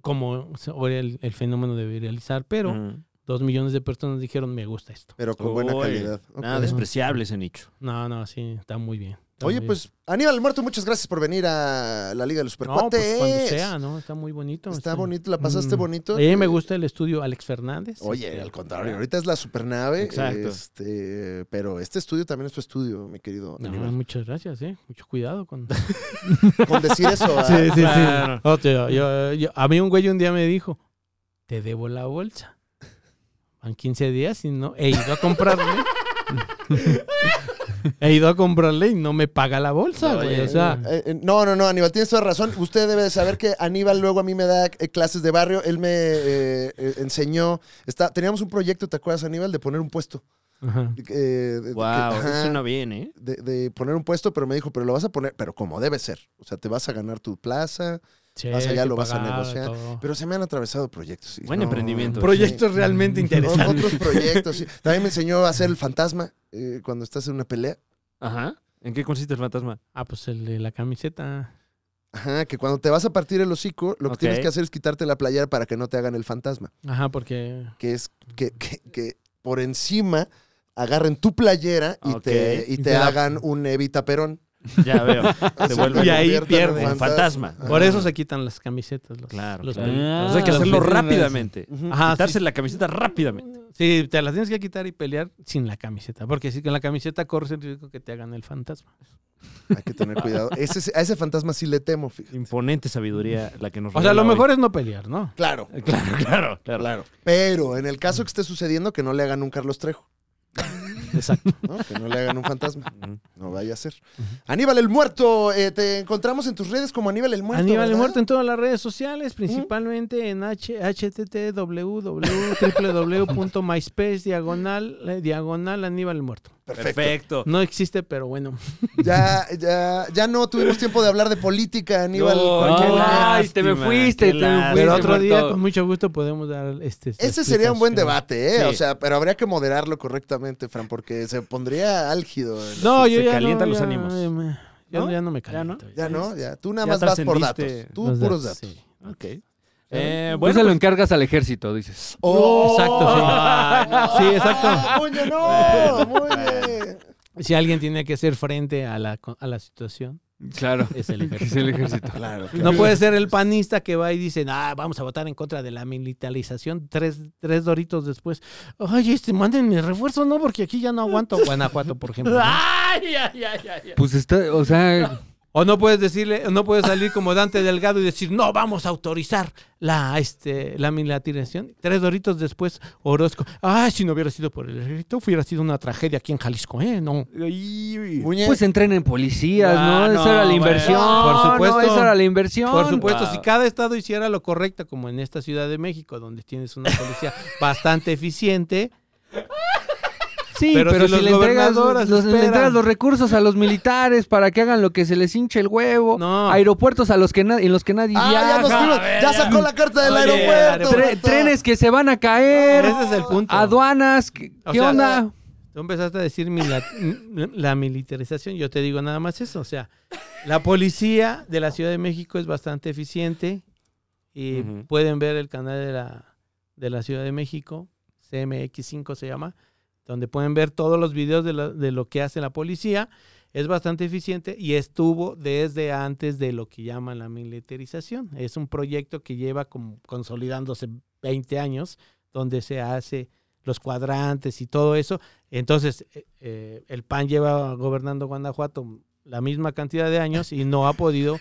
como sobre el, el fenómeno de viralizar, pero Mm. dos millones de personas dijeron, me gusta esto. Pero con buena Uy, calidad. Ok. Nada despreciable ese nicho. No, no, sí, está muy bien. está Oye, muy pues, Aníbal Muerto, muchas gracias por venir a la Liga de los bien. No, Supercuates. pues cuando sea, ¿no? Está muy bonito. Está bonito, la pasaste Mm. bonito. A mí me gusta el estudio Alex Fernández. Oye, Este, al contrario, ahorita es la supernave. Exacto. Este, pero este estudio también es tu estudio, mi querido. no, Aníbal. muchas gracias, ¿eh? Mucho cuidado con... Con decir eso. ah, sí, sí. Claro. No, tío, yo- yo- a mí un güey un día me dijo, te debo la bolsa. Van 15 días y no he ido a comprarle. he ido a comprarle y no me paga la bolsa, güey. Oye. O sea, eh, eh, no, no, no, Aníbal, tienes toda razón. Usted debe de saber que Aníbal luego a mí me da eh, clases de barrio. Él me eh, eh, enseñó. Está, teníamos un proyecto, ¿te acuerdas, Aníbal? De poner un puesto. ajá. Eh, de- de- Wow, ajá. eso no viene, ¿eh? de, de poner un puesto, pero me dijo, pero lo vas a poner, pero como debe ser. O sea, te vas a ganar tu plaza. Vas allá, Cheque, lo vas a pagada, negociar. todo. Pero se me han atravesado proyectos. y Buen no- emprendimiento. Proyectos realmente interesantes. Otros proyectos. sí. También me enseñó a hacer el fantasma eh, cuando estás en una pelea. Ajá. ¿En qué consiste el fantasma? Ah, pues el de la camiseta. Ajá, que cuando te vas a partir el hocico, lo que Ok. tienes que hacer es quitarte la playera para que no te hagan el fantasma. Ajá, porque... Que es que, que- que por encima agarren tu playera y Ok. te, y Y te te la- hagan un Evita Perón. Ya veo. O Te sea, vuelve te Y ahí conviertan en pierden. un fantasma. Ajá. Por eso se quitan las camisetas. Los, Claro. los claro. pelitos. Entonces hay que Ah, hacerlo los pelitos. rápidamente. Ujú. Ajá, sí, Quitarse la camiseta rápidamente. Sí, te las tienes que quitar y pelear sin la camiseta. Porque si con la camiseta corres el riesgo que te hagan el fantasma. Hay que tener cuidado. Ese, a ese fantasma sí le temo, fíjate. Imponente sabiduría la que nos O sea, lo regala mejor es no pelear, ¿no? Claro. hoy. Claro, claro, claro. Pero en el caso que esté sucediendo, que no le hagan un Carlos Trejo. Exacto. ¿no? Que no le hagan un fantasma. Ujú. No vaya a ser. Aníbal el Muerto, eh, te encontramos en tus redes como Aníbal el Muerto. Aníbal el ¿verdad? Muerto en todas las redes sociales, principalmente en H- httw www.myspace diagonal, eh, diagonal Aníbal el Muerto. Perfecto. Perfecto. No existe, pero bueno. Ya, ya, ya no tuvimos tiempo de hablar de política, Aníbal. No, Cualquier- qué Ay, lástima, te me fuiste, qué te lástima. me fuiste. Pero otro día, Marto. con mucho gusto, podemos dar este. Ese sería un buen explicación. debate, ¿eh? Sí. O sea, pero habría que moderarlo correctamente, Fran, porque se pondría álgido. el- No, yo Se ya no, calientan los ya, ánimos. ya me- ya ¿No? no, ya no me ¿Ya no? caliento. Ya no, ya. Tú nada Ya más vas por datos. trascendiste. Tú Los puros datos, datos. sí. Ok. Eh, Tú bueno, se lo pues- encargas al ejército, dices. ¡Oh! Exacto, sí. Sí, Ah, exacto. Muñe, no! Muñe. Si alguien tiene que hacer frente a la, co- a la situación, Claro. es el Es ejército. el ejército. Claro, claro. No puede ser el panista que va y dice, ah, vamos a votar en contra de la militarización tres, tres doritos después. Oye, este, mándenme refuerzo, ¿no? Porque aquí ya no aguanto Guanajuato, por ejemplo. ¿no? ¡Ay, ay, ay, ay! Pues está, o sea, O no puedes decirle, no puedes salir como Dante Delgado y decir, no, vamos a autorizar la, este, la militarización. Tres doritos después, Orozco. Ah, si no hubiera sido por el ejército, hubiera sido una tragedia aquí en Jalisco, ¿eh? No. Ay, uy. Muñe, pues entrenen policías, Ah, ¿no? no, Esa era la bueno. inversión. Por supuesto. No, esa era la inversión. Por supuesto, Wow. si cada estado hiciera lo correcto, como en esta Ciudad de México, donde tienes una policía bastante eficiente, Sí, Pero pero, si si, los le, entregas, gobernadores los- le esperan. entregas los recursos a los militares para que hagan lo que se les hinche el huevo. No. Aeropuertos a los que na- en los que nadie Ah, ya, viaja. nos fuimos. ya sacó la carta del Oye, aeropuerto. tre- Marta. Tre- trenes que se van a caer. ese es el punto. Aduanas. ¿Qué, O qué sea, eh, onda? Tú empezaste a decir mi- la, la militarización, yo te digo nada más eso, o sea, la policía de la Ciudad de México es bastante eficiente y Ujú. pueden ver el canal de la, de la Ciudad de México, CMX5 se llama, donde pueden ver todos los videos de, la- de lo que hace la policía Es bastante eficiente y estuvo desde antes de lo que llaman la militarización. Es un proyecto que lleva como consolidándose 20 años, donde se hace los cuadrantes y todo eso. Entonces, eh, eh, el PAN lleva gobernando Guanajuato la misma cantidad de años y no ha podido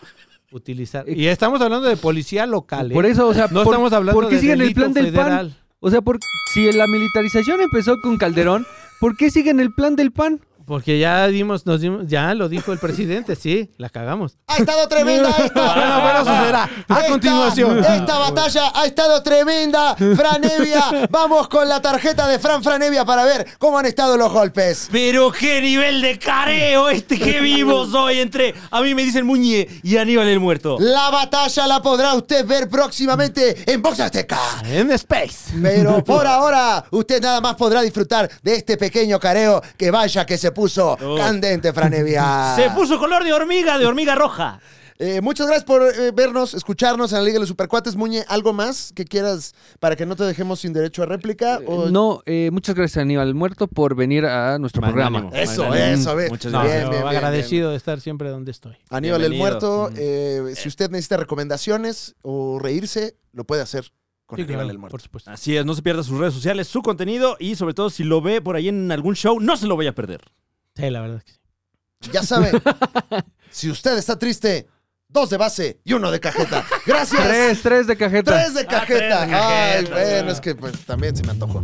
utilizar. Y estamos hablando de policía local. ¿eh? Por eso, o sea, no por- estamos hablando ¿por qué de siguen el delito plan del federal. PAN? O sea, por, si la militarización empezó con Calderón, ¿por qué siguen el plan del PAN? Porque ya dimos, nos dimos, ya lo dijo el presidente, sí, la cagamos. Ha estado tremenda esta. Bueno, bueno, eso será. A Esta- continuación. Esta batalla ha estado tremenda. Franevia, vamos con la tarjeta de Fran Franevia para ver cómo han estado los golpes. Pero qué nivel de careo este que vimos hoy entre. A mí me dicen Muñe y Aníbal el muerto. La batalla la podrá usted ver próximamente en Vox Azteca. En Space. Pero por ahora, usted nada más podrá disfrutar de este pequeño careo que vaya que se puso candente, Franevia. Se puso color de hormiga, de hormiga roja. Eh, muchas gracias por eh, vernos, escucharnos en la Liga de los Supercuates. Muñe, ¿algo más que quieras para que no te dejemos sin derecho a réplica? O- No, eh, muchas gracias a Aníbal Muerto por venir a nuestro Magnánimo. programa. Eso, Magnánimo. eso, ve. Muchas No, gracias. Bien, bien, bien, agradecido de estar siempre donde estoy. Aníbal el Bienvenido. Mm. Muerto, eh, si usted necesita recomendaciones o reírse, lo puede hacer con Sí, Aníbal claro, el Muerto. Por supuesto. Así es, no se pierda sus redes sociales, su contenido y sobre todo si lo ve por ahí en algún show, no se lo vaya a perder. Sí, la verdad es que sí. Ya sabe, si usted está triste, dos de base y uno de cajeta. Gracias. Tres, tres de cajeta. Tres de cajeta. Ah, tres de Ay, cajeta, bueno, ya. es que pues, también se me antojó.